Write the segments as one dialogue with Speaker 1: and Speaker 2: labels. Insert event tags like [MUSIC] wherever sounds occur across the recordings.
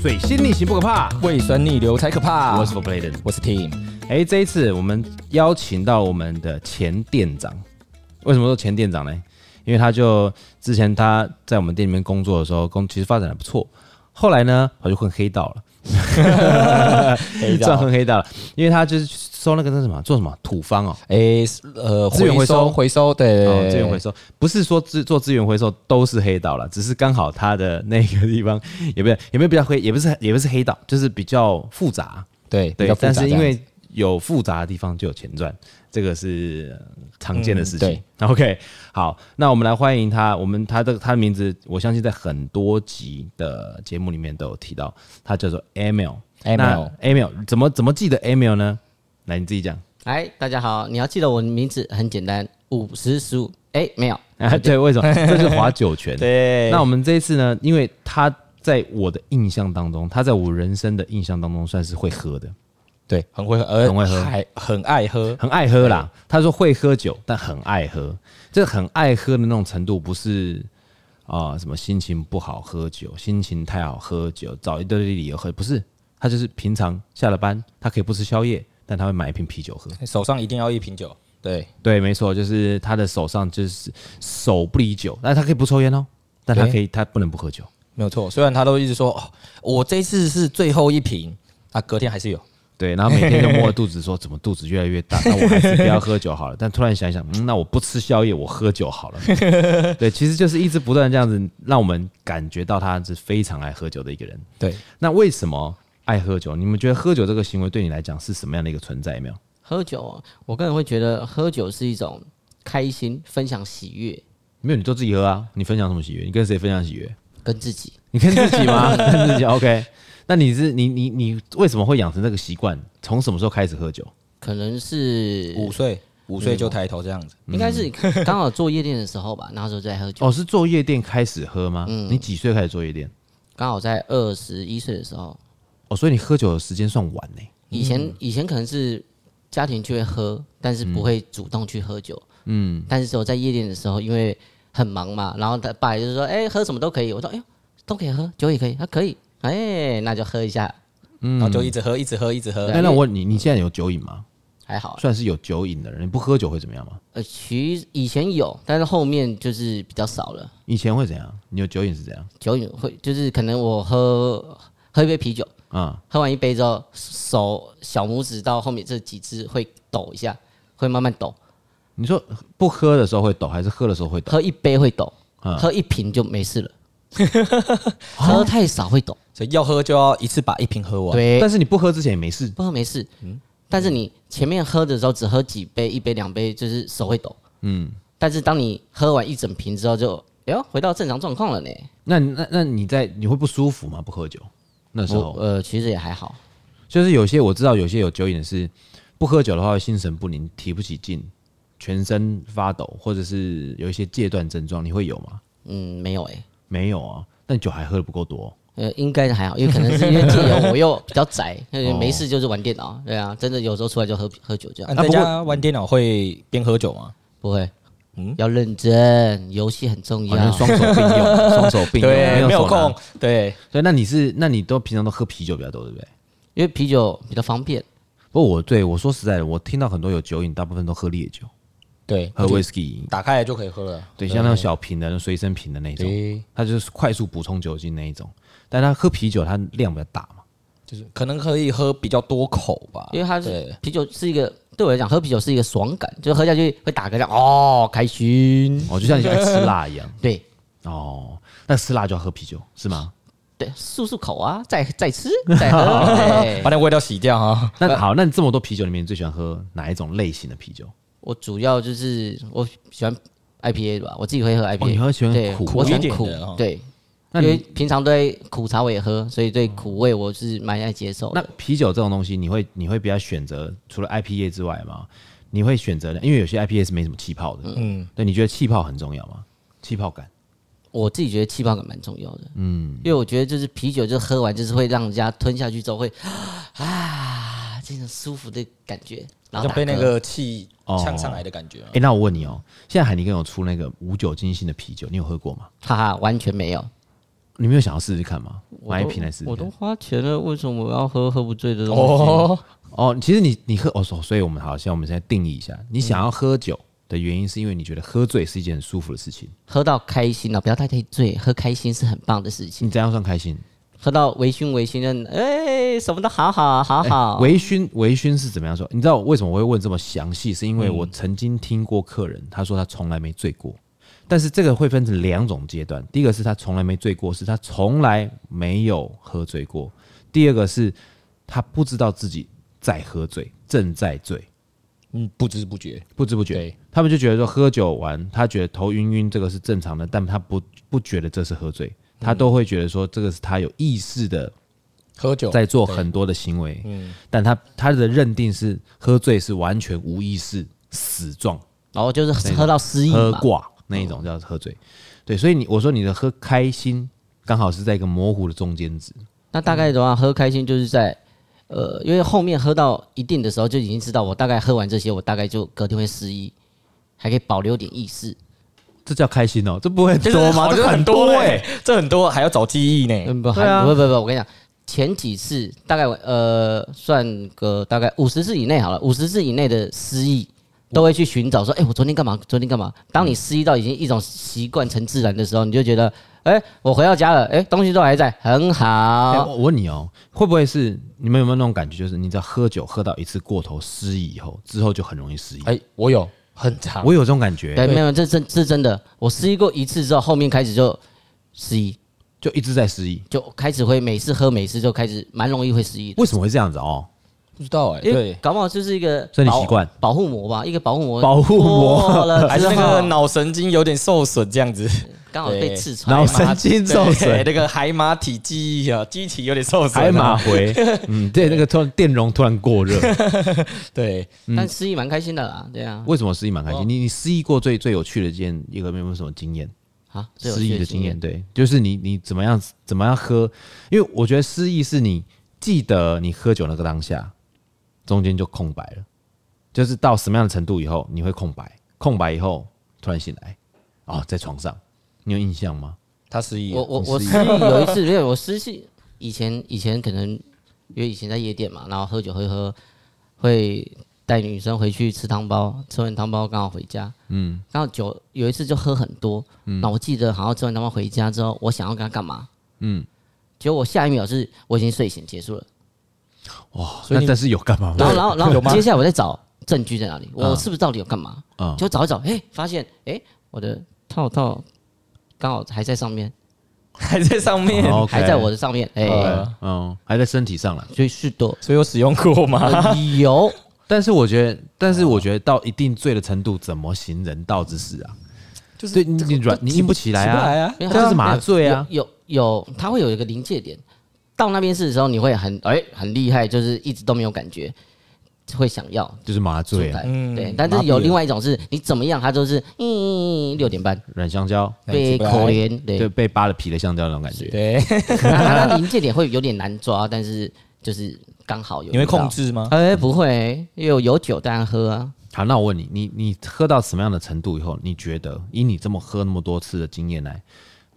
Speaker 1: 水星逆行不可怕。
Speaker 2: 胃酸逆流才可怕。
Speaker 1: 我是 For Bladen。
Speaker 2: 我是 Team，
Speaker 1: 哎，这一次我们邀请到我们的前店长。为什么说前店长呢？因为他就之前他在我们店里面工作的时候，工其实发展的不错。后来呢，我就混黑道了，
Speaker 2: 黑
Speaker 1: 赚混黑道了。因为他就是收那个那什么，做什么土方哦，
Speaker 2: 哎呃
Speaker 1: 资源回收
Speaker 2: 回收对
Speaker 1: 哦，资源回收不是说资做资源回收都是黑道了，只是刚好他的那个地方也不是也没有比较黑，也不是也不是黑道，就是比较复杂。
Speaker 2: 对比
Speaker 1: 对
Speaker 2: 较，复杂
Speaker 1: 但是
Speaker 2: 这
Speaker 1: 因
Speaker 2: 样
Speaker 1: 为有复杂的地方就有钱赚，这个是呃常见的事情 [LAUGHS]
Speaker 2: 嗯。
Speaker 1: OK，好，那我们来欢迎他。我们他的他的名字，我相信在很多集的节目里面都有提到，他叫做 Emil。
Speaker 2: Emil
Speaker 1: Emil 怎么怎么记得 Emil 呢？来，你自
Speaker 2: [LAUGHS]
Speaker 1: 己讲。
Speaker 3: 哎，大家好，你要记得我的名字很简单，五十十五。哎，没有，
Speaker 1: 啊，对，为
Speaker 2: [LAUGHS]
Speaker 1: 什么？这就是划九泉。
Speaker 2: 对
Speaker 1: 那我们这一次呢，因为他在我的印象当中，他在我人生的印象当中算是会喝的，
Speaker 2: 对很会喝，呃
Speaker 1: 很会喝
Speaker 2: 还很爱喝，
Speaker 1: 很爱喝啦。他说会喝酒，但很爱喝。这很爱喝的那种程度，不是啊、什么心情不好喝酒，心情太好喝酒，找一堆理由喝，不是。他就是平常下了班，他可以不吃宵夜，但他会买一瓶啤酒喝。
Speaker 2: 手上一定要一瓶酒。对，
Speaker 1: 对，没错，就是他的手上就是手不离酒，但他可以不抽烟哦，但他可以，他不能不喝酒。
Speaker 2: 没有错。虽然他都一直说，哦，我这次是最后一瓶，啊，隔天还是有。
Speaker 1: 对，然后每天就摸着肚子 [LAUGHS] 说，怎么肚子越来越大？那我还是不要喝酒好了。但突然想一想，嗯，那我不吃宵夜，我喝酒好 [LAUGHS] 了。对，其实就是一直不断这样子，让我们感觉到他是非常爱喝酒的一个人。
Speaker 2: 对，
Speaker 1: 那为什么爱喝酒？你们觉得喝酒这个行为对你来讲是什么样的一个存在？有没有？
Speaker 3: 喝酒，哦我个人会觉得喝酒是一种开心、分享喜悦，
Speaker 1: 没有，你就自己喝啊。你分享什么喜悦？你跟谁分享喜悦？
Speaker 3: 跟自己。
Speaker 1: 你跟自己 [LAUGHS] 吗？跟自己 OK。那你是你你你为什么会养成这个习惯？从什么时候开始喝酒？
Speaker 3: 可能是
Speaker 2: 五岁，五
Speaker 1: 嗯
Speaker 2: 岁就抬头这样子。
Speaker 3: 应该是刚好做夜店的时候吧，那时候在喝酒，
Speaker 1: 哦，是做夜店开始喝吗？你几岁开始做夜店？
Speaker 3: 刚好在二十一岁的时候。
Speaker 1: 哦，所以你喝酒的时间算晚呢、
Speaker 3: 以前以前可能是家庭就会喝，但是不会主动去喝酒。嗯，但是只有在夜店的时候，因为很忙嘛，然后他爸也就是说，哎、喝什么都可以。我说，哎呦，都可以喝，酒也可以，他、可以，哎、那就喝一下，
Speaker 1: 嗯
Speaker 2: 然后就一直喝，一直喝，一直喝
Speaker 1: 那。那我问你，你现在有酒瘾吗？
Speaker 3: 还
Speaker 2: 啊
Speaker 3: 好。
Speaker 1: 算是有酒瘾的人，你不喝酒会怎么样吗？
Speaker 3: 呃，其实以前有，但是后面就是比较少了。
Speaker 1: 以前会怎样？你有酒瘾是怎样？
Speaker 3: 酒瘾会就是可能我喝喝一杯啤酒，
Speaker 1: 啊、
Speaker 3: 喝完一杯之后，手小拇指到后面这几只会抖一下，会慢慢抖。
Speaker 1: 你说不喝的时候会抖，还是喝的时候会抖？
Speaker 3: 喝一杯会抖，
Speaker 1: 嗯
Speaker 3: 喝一瓶就没事了。
Speaker 1: 啊
Speaker 3: 喝太少会抖，
Speaker 2: 所以要喝就要一次把一瓶喝完。
Speaker 3: 对，
Speaker 1: 但是你不喝之前也没事。
Speaker 3: 不喝没事。
Speaker 1: 嗯
Speaker 3: 但是你前面喝的时候只喝几杯，一杯两杯，就是手会抖。嗯，但是当你喝完一整瓶之后就，哎呦，回到正常状况了呢。
Speaker 1: 那你那那你在你会不舒服吗？不喝酒那时
Speaker 3: 我
Speaker 1: 候，
Speaker 3: 呃，其实也还好，
Speaker 1: 就是有些我知道有些有酒瘾的是不喝酒的话会心神不宁，提不起劲，全身发抖，或者是有一些戒断症状，你会有吗？
Speaker 3: 嗯，没有哎、
Speaker 1: 没有啊，但酒还喝的不够多哦、
Speaker 3: 呃，应该还好，因为可能是因为借由我又比
Speaker 1: [LAUGHS]
Speaker 3: 较宅，呃没事就是玩电
Speaker 1: 哦
Speaker 3: 脑，对啊，真的有时候出来就喝喝酒这样，
Speaker 1: 嗯
Speaker 2: 啊，在家玩电脑会边喝酒吗？
Speaker 3: 不会，要认真，游戏很重
Speaker 1: 嗯好像
Speaker 3: 要，
Speaker 1: 双手并用，双手并用，
Speaker 2: [LAUGHS] 对，没有
Speaker 1: 手拿
Speaker 2: 空。对，
Speaker 1: 所以那你是，那你都平常都喝啤酒比较多，对不对？
Speaker 3: 因为啤酒比较方便，
Speaker 1: 不过我对我说实在的，我听到很多有酒瘾，大部分都喝烈酒，
Speaker 2: 对，
Speaker 1: 喝 whisky，
Speaker 2: 打开来就可以喝了。
Speaker 1: 对，像那种小瓶的、随身瓶的那种，
Speaker 2: 对，
Speaker 1: 它就是快速补充酒精那一种。但他喝啤酒，它量比较大嘛，
Speaker 2: 就是可能可以喝比较多口
Speaker 1: 啊
Speaker 2: 吧，
Speaker 3: 因为它是
Speaker 2: 对
Speaker 3: 啤酒是一个对我来讲，喝啤酒是一个爽感，就是喝下去会打个这样哦，开心。
Speaker 1: 哦，就像你爱吃辣一样
Speaker 3: 对
Speaker 1: 哦。那吃辣就要喝啤酒是吗？
Speaker 3: 对，漱漱口啊，再
Speaker 1: [LAUGHS]
Speaker 3: 再吃，再喝。对
Speaker 2: 把那味道洗掉哈。
Speaker 1: 那好，那你这么多啤酒里面，你最喜欢喝哪一种类型的啤酒？
Speaker 3: 我主要就是我喜欢 IPA 吧，我自己会喝 IPA，、
Speaker 1: 哦你还喜欢
Speaker 3: 对
Speaker 1: 苦
Speaker 3: 我
Speaker 2: 苦
Speaker 3: 喜
Speaker 2: 一
Speaker 3: 欢
Speaker 2: 点
Speaker 3: 苦
Speaker 2: 的哦，
Speaker 3: 对。
Speaker 1: 那
Speaker 3: 因
Speaker 1: 你
Speaker 3: 为平常对苦茶我也喝，所以对苦味我是蛮爱接受
Speaker 1: 那
Speaker 3: 的。
Speaker 1: 啤酒这种东西，你会你会比较选择除了 IPA 之外吗？你会选择，因为有些 IPA 是没什么气泡的，嗯，对，你觉得气泡很重要吗？气泡感，
Speaker 3: 我自己觉得气泡感蛮重要的，嗯，因为我觉得就是啤酒就喝完就是会让人家吞下去之后会啊这种舒服的感觉，
Speaker 2: 好
Speaker 3: 然后
Speaker 2: 像被
Speaker 3: 打
Speaker 2: 那
Speaker 3: 嗝
Speaker 2: 个气
Speaker 1: 哦
Speaker 2: 呛上来的感觉啊。
Speaker 1: 哎、那我问你哦，现在海尼根有出那个无酒精性的啤酒，你有喝过吗？
Speaker 3: 哈哈完全没有，
Speaker 1: 你没有想要试试看吗？
Speaker 3: 我
Speaker 1: 买一
Speaker 3: 都
Speaker 1: 瓶来试试看。
Speaker 3: 我都花钱了，为什么我要喝喝不醉的东西？
Speaker 2: 哦，
Speaker 1: 哦，其实你你喝哦，所所以我们好像我们现在定义一下，你
Speaker 3: 嗯
Speaker 1: 想要喝酒的原因是因为你觉得喝醉是一件很舒服的事情，
Speaker 3: 喝到开心了，不要太太醉，喝开心是很棒的事情。
Speaker 1: 你这样算开心？
Speaker 3: 喝到微醺微醺的，哎、什么都好好好
Speaker 1: 哎
Speaker 3: 好。
Speaker 1: 微醺微醺是怎么样说？你知道我为什么我会问这么详细？是因为我曾经听过客人他说他从来没醉过，但是这个会分成两种阶段，第一个是他从来没醉过，是他从来没有喝醉过；第二个是他不知道自己在喝醉，正在醉。
Speaker 2: 嗯，不知不觉，
Speaker 1: 不知不觉
Speaker 2: 对，
Speaker 1: 他们就觉得说喝酒完，他觉得头晕晕，这个是正常的，但他不不觉得这是喝醉，他都会觉得说这个是他有意识的
Speaker 2: 喝酒
Speaker 1: 在做很多的行为，
Speaker 2: 嗯
Speaker 1: 但他他的认定是喝醉是完全无意识死状
Speaker 3: 然后就是喝到失忆
Speaker 1: 喝
Speaker 3: 嘛，
Speaker 1: 挂那
Speaker 2: 嗯
Speaker 1: 一种叫喝醉，对，所以你我说你的喝开心刚好是在一个模糊的中间值，
Speaker 3: 那大概的话，喝开心就是在，呃，因为后面喝到一定的时候就已经知道，我大概喝完这些，我大概就隔天会失忆，还可以保留点意识。
Speaker 1: 这叫开心哦，这不会很
Speaker 2: 就是
Speaker 1: 多吗？
Speaker 2: 好
Speaker 1: 这
Speaker 2: 像很
Speaker 1: 多
Speaker 2: 嘞
Speaker 1: 哎，
Speaker 2: 这很多还要找记忆呢。
Speaker 3: 嗯，不，
Speaker 1: 对
Speaker 3: 还
Speaker 1: 啊
Speaker 3: 不不不，我跟你讲，前几次大概我呃算个大概五十次以内好了，五十次以内的失忆。都会去寻找说，哎、我昨天干嘛？昨天干嘛？当你失忆到已经一种习惯成自然的时候，你就觉得，哎、我回到家了，哎、东西都还在，很
Speaker 1: 哎
Speaker 2: 啊
Speaker 3: 好。
Speaker 1: 我我问你哦，会不会是你们有没有那种感觉，就是你只要喝酒喝到一次过头失忆以后，之后就很容易失忆？
Speaker 2: 哎，我有很长，
Speaker 1: 我有这种感觉，
Speaker 3: 对，没有，这真这真的，我失忆过一次之后，后面开始就失忆，
Speaker 1: 就一直在失
Speaker 2: 哎
Speaker 1: 忆。
Speaker 3: 就开始会每次喝每次就开始蛮容易会失忆的，
Speaker 1: 为什么会这样子哦？
Speaker 2: 不知道哎，
Speaker 3: 因为
Speaker 2: 对，
Speaker 3: 搞不好就是一个
Speaker 1: 身体
Speaker 3: 保
Speaker 1: 习惯
Speaker 3: 保护膜吧，一个保护膜
Speaker 1: 保护膜
Speaker 3: 过了之后，
Speaker 2: [LAUGHS] 还是那
Speaker 1: [LAUGHS]
Speaker 2: 个脑神经有点受损这样子，
Speaker 3: 刚好被刺穿
Speaker 1: 脑神
Speaker 3: 嘛，
Speaker 1: 经受
Speaker 2: 对
Speaker 1: 损，
Speaker 2: 那个海马体记忆啊，机体有点受损啊，
Speaker 1: 海马 [LAUGHS] 回，嗯，对，那个突然电容突然过热，
Speaker 2: 对，
Speaker 3: 但失忆蛮开心的啦，对
Speaker 1: [LAUGHS]
Speaker 3: 啊，
Speaker 1: 为什么失忆蛮开心？你你失忆过最最有趣的一件一个有没有什么经验？
Speaker 3: 啊，最有
Speaker 1: 失
Speaker 3: 趣
Speaker 1: 忆的
Speaker 3: 经
Speaker 1: 经验，，对，就是你你怎么样怎么样喝，因为我觉得失忆是你记得你喝酒那个当下，中间就空白了，就是到什么样的程度以后你会空白，空白以后突然醒来，哦，在床上，你有印象吗？
Speaker 2: 他失忆了，
Speaker 3: 我我我失忆有一次，没有，我失忆以前以前可能因为以前在夜店嘛，然后喝酒喝一喝会。带女生回去吃汤包，吃完汤包刚好回家，嗯，刚好酒有一次就喝很多，那、我记得好像吃完汤包回家之后，我想要跟他干嘛，结果我下一秒是我已经睡醒结束了，
Speaker 1: 哇，
Speaker 2: 所以
Speaker 1: 哦那
Speaker 2: 你
Speaker 1: 但是有干嘛
Speaker 3: 然
Speaker 1: 吗？
Speaker 3: 后然后然
Speaker 2: 有
Speaker 3: 后
Speaker 2: 吗
Speaker 3: 接下来我在找证据在哪里，我
Speaker 1: 嗯
Speaker 3: 是不是到底有干嘛？
Speaker 1: 嗯
Speaker 3: 就找一找，哎，发现哎我的套套刚好还在上面，
Speaker 2: 还在上面，
Speaker 1: OK
Speaker 3: 还在我的上面，哎，
Speaker 2: 呃
Speaker 1: 嗯，还在身体上了。
Speaker 3: 所以是的，
Speaker 2: 所以有使用过吗？
Speaker 3: 啊有
Speaker 1: 但是我觉得，但是我觉得到一定醉的程度，怎么行人道之事啊？
Speaker 2: 就是
Speaker 1: 对你你软你硬不起来
Speaker 2: 起不来
Speaker 1: 啊
Speaker 2: 啊，
Speaker 1: 这就是麻醉啊。
Speaker 3: 有有它会有一个临界点，到那边是的时候你会很哎很厉害，就是一直都没有感觉，会想要
Speaker 1: 就是麻
Speaker 3: 出
Speaker 1: 醉啊
Speaker 3: 来，
Speaker 2: 嗯
Speaker 3: 对，但是
Speaker 2: 麻痹
Speaker 3: 有
Speaker 2: 了
Speaker 3: 另外一种是你怎么样，它都是嗯六点半
Speaker 1: 软香蕉，
Speaker 3: 被
Speaker 2: 起不来
Speaker 3: 口怜，对 [LAUGHS]
Speaker 1: 对，被扒了皮的香蕉那种感觉。
Speaker 2: 对，
Speaker 3: 那那临界点会有点难抓，但是就是刚好
Speaker 2: [LAUGHS]
Speaker 3: 有。
Speaker 2: 你会控？制吗？
Speaker 3: 哎、不会，因为我有酒当然喝啊。
Speaker 1: 好，那我问你，你你喝到什么样的程度以后，你觉得以你这么喝那么多次的经验来，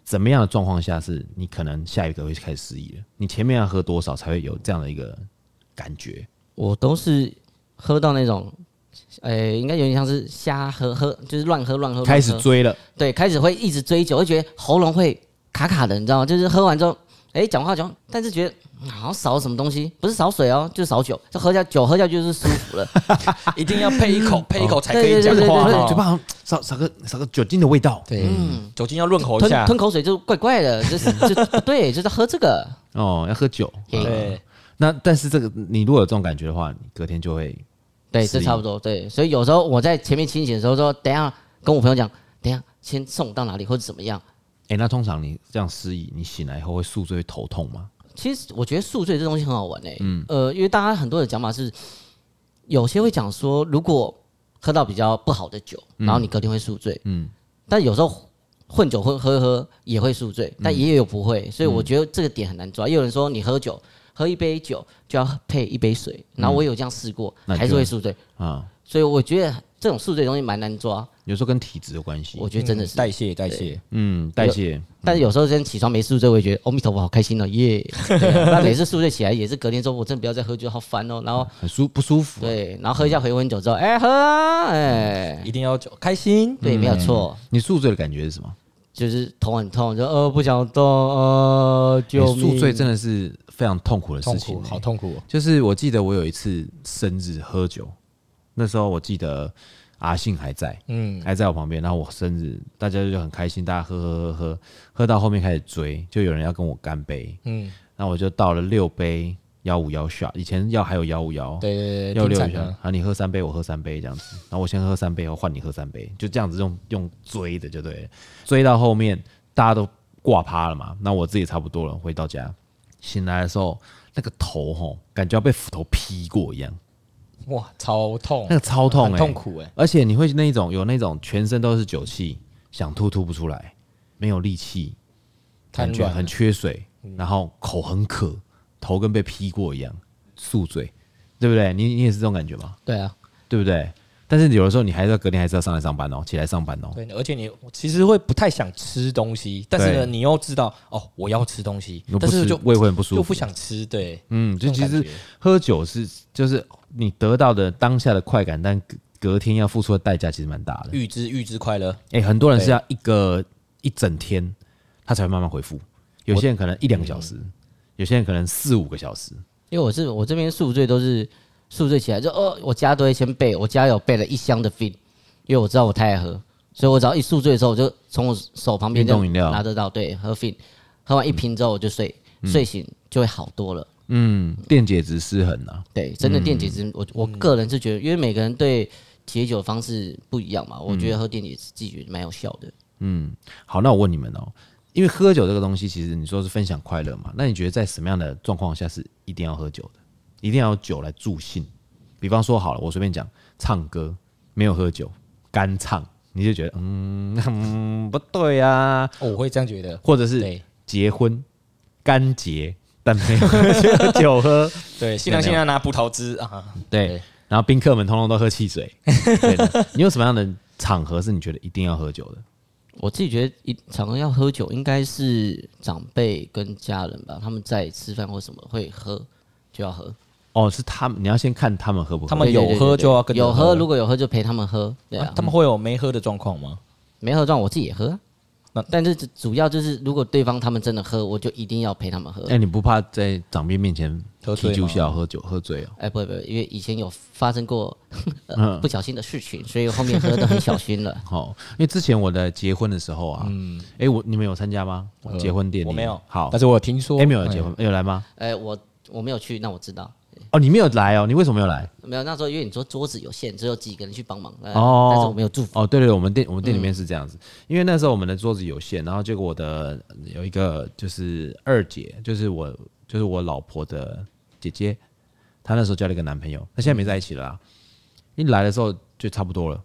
Speaker 1: 怎么样的状况下是你可能下一个会开始失忆了？你前面要喝多少才会有这样的一个感觉？
Speaker 3: 我都是喝到那种，哎、应该有点像是瞎喝喝，就是乱喝乱喝。乱喝
Speaker 1: 开始追了，
Speaker 3: 对，开始会一直追酒，会觉得喉咙会卡卡的，你知道吗？就是喝完之后，哎、讲话讲，但是觉得。嗯好像少什么东西，不是少水哦，就是少酒。这喝下酒喝下去就是舒服了，
Speaker 2: 一定要配一口，配一口才可
Speaker 3: 对
Speaker 2: 以
Speaker 3: 对
Speaker 2: 讲
Speaker 3: 对
Speaker 2: 话哦
Speaker 3: 对对
Speaker 2: 哈。
Speaker 1: 嘴巴好像少少个少个酒精的味道
Speaker 2: 对，
Speaker 4: 嗯
Speaker 2: 酒精要润喉一
Speaker 3: 嗯吞
Speaker 2: 下。
Speaker 3: 吞口水就怪怪的，就是就不对，就是喝这个。
Speaker 1: 哦，要喝酒。
Speaker 3: 嘿
Speaker 2: 对，
Speaker 1: 那但是这个你如果有这种感觉的话，你隔天就会
Speaker 3: 对，
Speaker 1: 失
Speaker 3: 这
Speaker 1: 忆
Speaker 3: 差不多。对，所以有时候我在前面清醒的时候说，等一下跟我朋友讲，等一下先送到哪里或者怎么样。
Speaker 1: 哎、那通常你这样失忆，你醒来以后会宿醉、会头痛吗？
Speaker 3: 其实我觉得宿醉这东西很好玩诶、嗯，呃，因为大家很多的讲法是，有些会讲说，如果喝到比较不好的酒，然后你隔天会宿醉，嗯，但有时候混酒混喝一喝也会宿
Speaker 1: 嗯
Speaker 3: 醉，但也有不会，所以我觉得这个点很难抓。也有人说你喝酒喝一杯酒就要配一杯水，然后我有这样试过，
Speaker 1: 嗯那你
Speaker 3: 还是
Speaker 1: 就
Speaker 3: 会宿醉，
Speaker 1: 啊、
Speaker 3: 所以我觉得这种宿醉的东西蛮难抓。
Speaker 1: 有时候跟体质有关系
Speaker 3: 我。觉得真的是。
Speaker 2: 代谢代谢，
Speaker 1: 嗯，代谢
Speaker 3: 但是有时候真的起床没宿醉，我也觉得阿弥陀佛好开心
Speaker 1: [LAUGHS]
Speaker 3: 哦，耶！对啊那每次宿醉起来也是隔天说，我真的不要再喝酒，好烦
Speaker 1: 嗯
Speaker 3: 哦。然后
Speaker 1: 很舒不舒服啊、
Speaker 3: 对，然后喝一下回魂酒之后，哎、喝啊，哎、
Speaker 2: 一定要酒开心。
Speaker 3: 对，
Speaker 1: 嗯
Speaker 3: 没有错，
Speaker 1: 你宿醉的感觉是什么？
Speaker 3: 就是头很痛，就呃不想动，呃
Speaker 1: 你
Speaker 3: 救命！
Speaker 1: 宿醉真的是非常痛苦的事
Speaker 2: 痛
Speaker 1: 情、
Speaker 2: 苦，
Speaker 1: 欸
Speaker 2: 好痛苦哦。
Speaker 1: 就是我记得我有一次生日喝酒，那时候我记得阿信还在，嗯，还在我旁边。然后我生日，大家就很开心，大家喝喝喝喝，喝到后面开始追，就有人要跟我干杯，
Speaker 2: 嗯，
Speaker 1: 那我就倒了六杯幺五幺 shot，以前药还有幺五幺，
Speaker 2: 对对对，
Speaker 1: 幺
Speaker 2: 停
Speaker 1: 六
Speaker 2: 产
Speaker 1: 一下
Speaker 2: 了，
Speaker 1: 啊，你喝三杯，我喝三杯这样子，然后我先喝三杯，然后换你喝三杯，就这样子用用追的就对了，追到后面大家都挂趴了嘛，那我自己也差不多了，回到家醒来的时候，那个头吼，感觉要被斧头劈过一样，
Speaker 2: 哇，超痛，
Speaker 1: 那个超痛、欸，
Speaker 2: 很痛苦哎、
Speaker 1: 而且你会那一种有那种全身都是酒气，想吐吐不出来，没有力气，
Speaker 2: 瘫
Speaker 1: 感觉
Speaker 2: 软嗯
Speaker 1: 很缺水，然后口很渴，头跟被劈过一样，宿醉，对不对？你你也是这种感觉吗？
Speaker 3: 对啊，
Speaker 1: 对不对？但是有的时候你还是要隔天还是要上来上班哦，起来上班哦。
Speaker 2: 对，而且你其实会不太想吃东西，但是呢，
Speaker 1: 对
Speaker 2: 你又知道哦，我要吃东西
Speaker 1: 如，果
Speaker 2: 但
Speaker 1: 不
Speaker 2: 是
Speaker 1: 吃
Speaker 2: 就
Speaker 1: 胃会很不舒服，
Speaker 2: 就不想吃，对，
Speaker 1: 嗯，
Speaker 2: 这
Speaker 1: 就
Speaker 2: 种
Speaker 1: 其实
Speaker 2: 感觉
Speaker 1: 喝酒是就是你得到的当下的快感，但隔隔天要付出的代价其实蛮大的。
Speaker 2: 预知预知快乐，
Speaker 1: 哎、很多人是
Speaker 2: 对
Speaker 1: 要一个一整天，他才会慢慢恢复。有些人可能一两个小时，
Speaker 2: 嗯
Speaker 1: 有些人可能四五个小时。
Speaker 3: 因为我是我这边宿醉都是宿醉起来就哦，我家都会先备，我家有备了一箱的 fin，因为我知道我太爱喝，所以我只要一宿醉的时候，我就从我手旁边
Speaker 1: 运动饮料
Speaker 3: 就拿得到，对，喝 fin，喝完一瓶之后我就睡，睡醒就会好多了。
Speaker 1: 嗯，电解质失衡啊，
Speaker 3: 对，真的电解质，我我个人是觉得，因为每个人对解酒的方式不一样
Speaker 1: 嗯
Speaker 3: 嘛，我觉得喝电解质自己觉得蛮有效的。
Speaker 1: 好，那我问你们哦，因为喝酒这个东西，其实你说是分享快乐嘛，那你觉得在什么样的状况下是一定要喝酒的？一定要有酒来助兴？比方说好了，我随便讲，唱歌没有喝酒，干唱，你就觉得嗯嗯不 [LAUGHS] 对呀、啊，
Speaker 2: 哦我会这样觉得，
Speaker 1: 或者是
Speaker 2: 对
Speaker 1: 结婚干结但没有酒 [LAUGHS] 喝，
Speaker 2: 对，新郎
Speaker 1: 没有
Speaker 2: 新娘拿葡萄汁啊，
Speaker 1: 对
Speaker 2: 对，
Speaker 1: 然后宾客们通通都喝
Speaker 2: [LAUGHS]
Speaker 1: 汽水，对的你有什么样的场合是你觉得一定要喝酒的？
Speaker 3: 我自己觉得一常常要喝酒，应该是长辈跟家人吧，他们在吃饭或什么会喝就要喝，
Speaker 1: 哦，是他们，你要先看他们喝不喝。
Speaker 2: 他们
Speaker 3: 对对
Speaker 2: 哦有
Speaker 3: 对
Speaker 2: 喝
Speaker 3: 对对
Speaker 2: 就要跟着
Speaker 3: 有
Speaker 2: 喝
Speaker 3: 如果有喝就陪他们喝，对
Speaker 2: 啊
Speaker 3: 啊，
Speaker 2: 他们会有没喝的状况吗？
Speaker 3: 没喝状我自己也喝啊
Speaker 2: 那。
Speaker 3: 但是主要就是，如果对方他们真的喝，我就一定要陪他们喝。
Speaker 1: 哎、你不怕在长辈面前
Speaker 2: 喝
Speaker 1: 踢
Speaker 2: 醉
Speaker 1: 酒
Speaker 2: 吗
Speaker 1: 笑、喝酒、喝醉哦？
Speaker 3: 哎，不会不会，因为以前有发生
Speaker 2: [LAUGHS]
Speaker 3: 过、呃不小心的事情，所以后面喝的很小
Speaker 2: [LAUGHS]
Speaker 3: 心了。
Speaker 1: 好，因为之前我的结婚的时候啊，嗯，哎、我你们有参加吗？我结婚典礼
Speaker 2: 呃我没有，
Speaker 1: 好，
Speaker 2: 但是我有听说，
Speaker 1: 哎、没有结婚、有来吗？
Speaker 3: 哎，我我没有去，那我知道。
Speaker 1: 哦，你没有来哦，你为什么没有来？
Speaker 3: 没有，那时候因为你说桌子有限，只有几个人去帮忙，呃
Speaker 1: 哦
Speaker 3: 但是我没有祝福。
Speaker 1: 哦，对对，对我们店我们店里面是这样子，因为那时候我们的桌子有限，然后结果我的呃有一个就是二姐，就是我就是我老婆的姐姐，她那时候交了一个男朋友，她现在没在一起了啦。一来的时候就差不多了，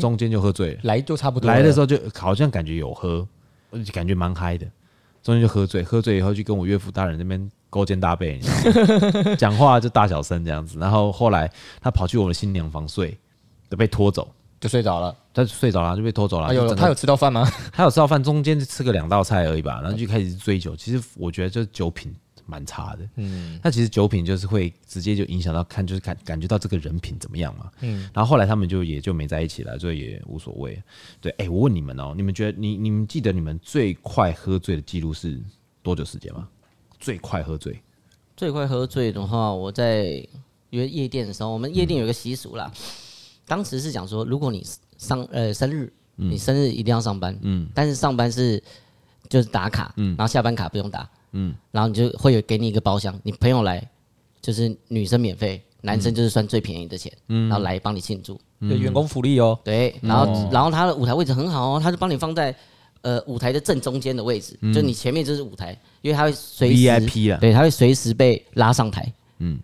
Speaker 1: 中间就喝醉了。
Speaker 2: 来就差不
Speaker 4: 啊
Speaker 2: 多了，
Speaker 1: 来的时候就好像感觉有喝，我就感觉蛮嗨的，中间就喝醉，喝醉以后就跟我岳父大人那边勾肩搭背，你知道吗？ [LAUGHS] 讲话就大小声这样子。然后后来他跑去我的新娘房睡，就被拖走，
Speaker 2: 就睡着了。
Speaker 1: 他就睡着了，就被拖走了。
Speaker 2: 哎
Speaker 1: 就
Speaker 2: 呦，
Speaker 1: 整个
Speaker 2: 他有吃到饭吗？
Speaker 1: 他有吃到饭，中间就吃个两道菜而已吧，然后就开始追酒。其实我觉得就是酒品蛮差的，嗯，那其实酒品就是会直接就影响到看，就是感感觉到这个人品怎么样嘛，嗯。然后后来他们就也就没在一起了，所以也无所谓。对，哎、我问你们哦、你们觉得你你们记得你们最快喝醉的记录是多久时间吗？最快喝醉，
Speaker 3: 最快喝醉的话，我在约夜店的时候，我们夜店有一个习俗啦，当时是讲说，如果你上呃生日，你生日一定要上班，嗯，但是上班是就是打卡，嗯，然后下班卡不用打，嗯，然后你就会有给你一个包厢，你朋友来就是女生免费，男生就是算最便宜的钱，嗯，然后来帮你庆祝，
Speaker 1: 嗯
Speaker 2: 有员工福利哦，
Speaker 3: 对，然后、然后他的舞台位置很好哦，他就帮你放在呃舞台的正中间的位置，就你前面就是舞台，因为他会随时
Speaker 1: VIP 啦
Speaker 3: 对，他会随时被拉上台，嗯，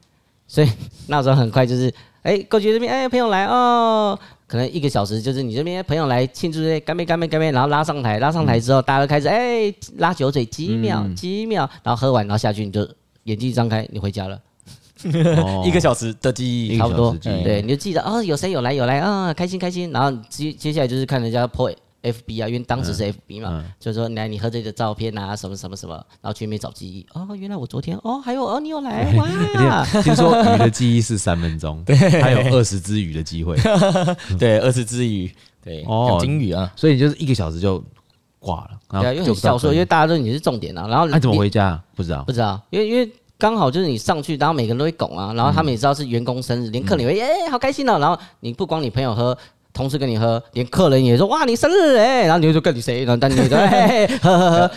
Speaker 3: 所以那时候很快就是，哎，过去这边，哎，朋友来哦。可能一个小时就是你这边朋友来庆祝，哎干杯干杯干杯，然后拉上台，拉上台之后，大家都开始哎拉酒嘴，几秒几秒，然后喝完，然后下去你就眼睛一张开，你回家了，
Speaker 1: 哦
Speaker 2: [LAUGHS] 一个小时的记
Speaker 1: 一
Speaker 2: 忆
Speaker 1: 个。
Speaker 3: 差不
Speaker 1: 小
Speaker 3: 多
Speaker 1: 时，记忆
Speaker 3: 对，你就记得哦，有谁有来有来啊，开心开心。然后接接下来就是看人家 po FB 啊，因为当时是
Speaker 1: 嗯
Speaker 3: FB 嘛，就说来你喝这个照片啊，什么什么什么，然后去那边找记忆。哦，原来我昨天哦，还有哦，你
Speaker 1: [LAUGHS]
Speaker 3: 有来哇，
Speaker 1: 听听说鱼的记忆是三分钟，对，还有二十只鱼的机会，
Speaker 2: 对，二十只鱼，对，
Speaker 1: 哦
Speaker 2: 养金鱼啊，
Speaker 1: 所以你就是一个小时就挂了，然
Speaker 3: 对啊，
Speaker 1: 后
Speaker 3: 因为
Speaker 1: 就
Speaker 3: 很孝顺，因为大家都你是重点啊。然后
Speaker 1: 那、怎么
Speaker 3: 你
Speaker 1: 回家？不知道
Speaker 3: 不知道，因为因为刚好就是你上去，然后每个人都会拱啊，
Speaker 1: 嗯
Speaker 3: 然后他们也知道是员工生日，连客人也会哎、好开心哦、然后你不光你朋友喝。同事跟你喝，连客人也说哇你生日哎、然后你就说跟你谁，然后但你就说哎、 [LAUGHS] 嘿喝喝喝，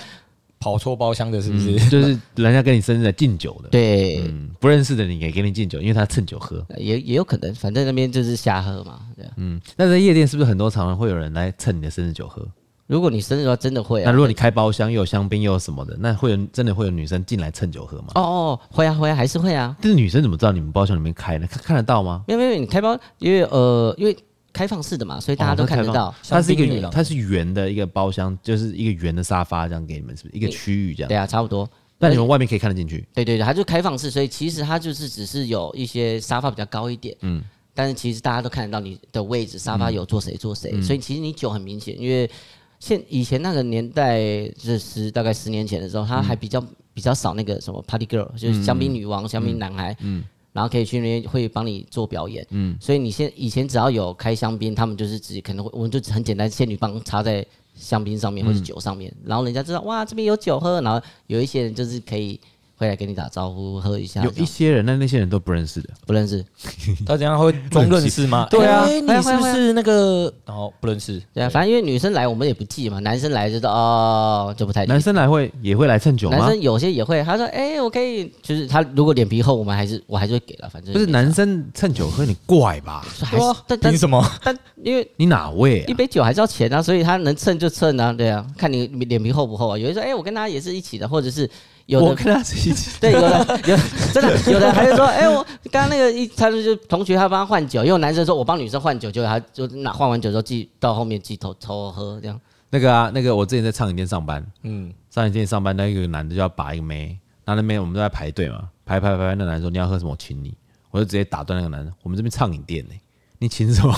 Speaker 2: 跑错包厢的是不是？
Speaker 1: 嗯就是人家跟你生日来敬酒的，，
Speaker 3: 对，
Speaker 1: 嗯，不认识的你也给你敬酒，因为他趁酒喝，
Speaker 3: 也也有可能，反正那边就是瞎喝嘛。对啊
Speaker 1: 嗯，那在夜店是不是很多常常会有人来趁你的生日酒喝？
Speaker 3: 如果你生日的话，真的会
Speaker 1: 那
Speaker 3: 啊
Speaker 1: 如。果你开包厢又有香槟又有什么的，那会有真的会有女生进来趁酒喝吗？
Speaker 3: 哦哦，会啊会啊，还是会啊。
Speaker 1: 但是女生怎么知道你们包厢里面开呢？看看得到吗？
Speaker 3: 没有没有，你开包，因为呃，因为开放式的嘛，所以大家都
Speaker 1: 哦
Speaker 3: 看得到。
Speaker 1: 它是一
Speaker 2: 香槟女
Speaker 1: 个
Speaker 2: 郎
Speaker 1: 它是圆的一个包厢，就是一个圆的沙发这样给你们，是不是一个区域这
Speaker 3: 对
Speaker 1: 样？
Speaker 3: 啊，差不多。
Speaker 1: 那你们外面可以看得进去，
Speaker 3: 对对对，它就开放式，所以其实它就是只是有一些沙发比较高一点，嗯，但是其实大家都看得到你的位置，沙发有坐谁坐谁，所以其实你酒很明显，因为现以前那个年代，就是大概十年前的时候，它还比较、比较少那个什么 party girl，就是香槟女王、香槟男孩，嗯。然后可以去那边会帮你做表演，嗯，所以你现以前只要有开香槟，他们就是只可能会，我们就很简单，仙女棒插在香槟上面或者酒上面，然后人家知道哇这边有酒喝，然后有一些人就是可以会来跟你打招呼喝一下，
Speaker 1: 有
Speaker 3: 这
Speaker 1: 一
Speaker 3: 样
Speaker 1: 些人，那那些人都不认识的，
Speaker 3: 不认识，
Speaker 2: [LAUGHS] 他怎样会装认识
Speaker 1: [LAUGHS]
Speaker 2: 吗？
Speaker 3: 对啊
Speaker 2: 哎
Speaker 3: 会啊
Speaker 2: 你是
Speaker 3: 会啊
Speaker 2: 不
Speaker 3: 会啊
Speaker 2: 是那个？然后不认识，
Speaker 3: 对啊，反正因为女生来我们也不记嘛，男生来就是哦就不太理
Speaker 1: 男生来会也会来趁酒
Speaker 3: 男
Speaker 1: 吗？
Speaker 3: 生有些也会，他说哎、我可以，就是他如果脸皮厚，我们还是我还是会给了，反正
Speaker 1: 不是
Speaker 3: 没差
Speaker 1: 男生趁酒喝，你怪吧？
Speaker 3: 所以还是但但
Speaker 2: 凭什么？
Speaker 3: 但因为
Speaker 1: 你哪位
Speaker 3: 一
Speaker 1: 啊？
Speaker 3: 杯酒还是要钱啊，所以他能蹭就蹭啊，对啊，看你脸皮厚不厚啊。有人说哎、我跟他也是一起的，或者是有的
Speaker 1: 我跟他是一起，
Speaker 3: [LAUGHS] 对，有的有真的有的还是说，哎、我刚刚那个一，他就是同学，他帮他换酒，因为我男生说我帮女生换酒，结果他就拿换完酒之后记到后面记头头喝
Speaker 1: [LAUGHS]
Speaker 3: 这样，
Speaker 1: [LAUGHS] 那个啊，那个我之前在唱影店上班，
Speaker 2: 嗯，
Speaker 1: 上影店上班，那一个男的就要把一个妹，那那边我们都在排队嘛，排排排排，那男的说你要喝什么，我请你，我就直接打断那个男的，我们这边唱影店呢、你
Speaker 2: [LAUGHS]
Speaker 1: 请什么？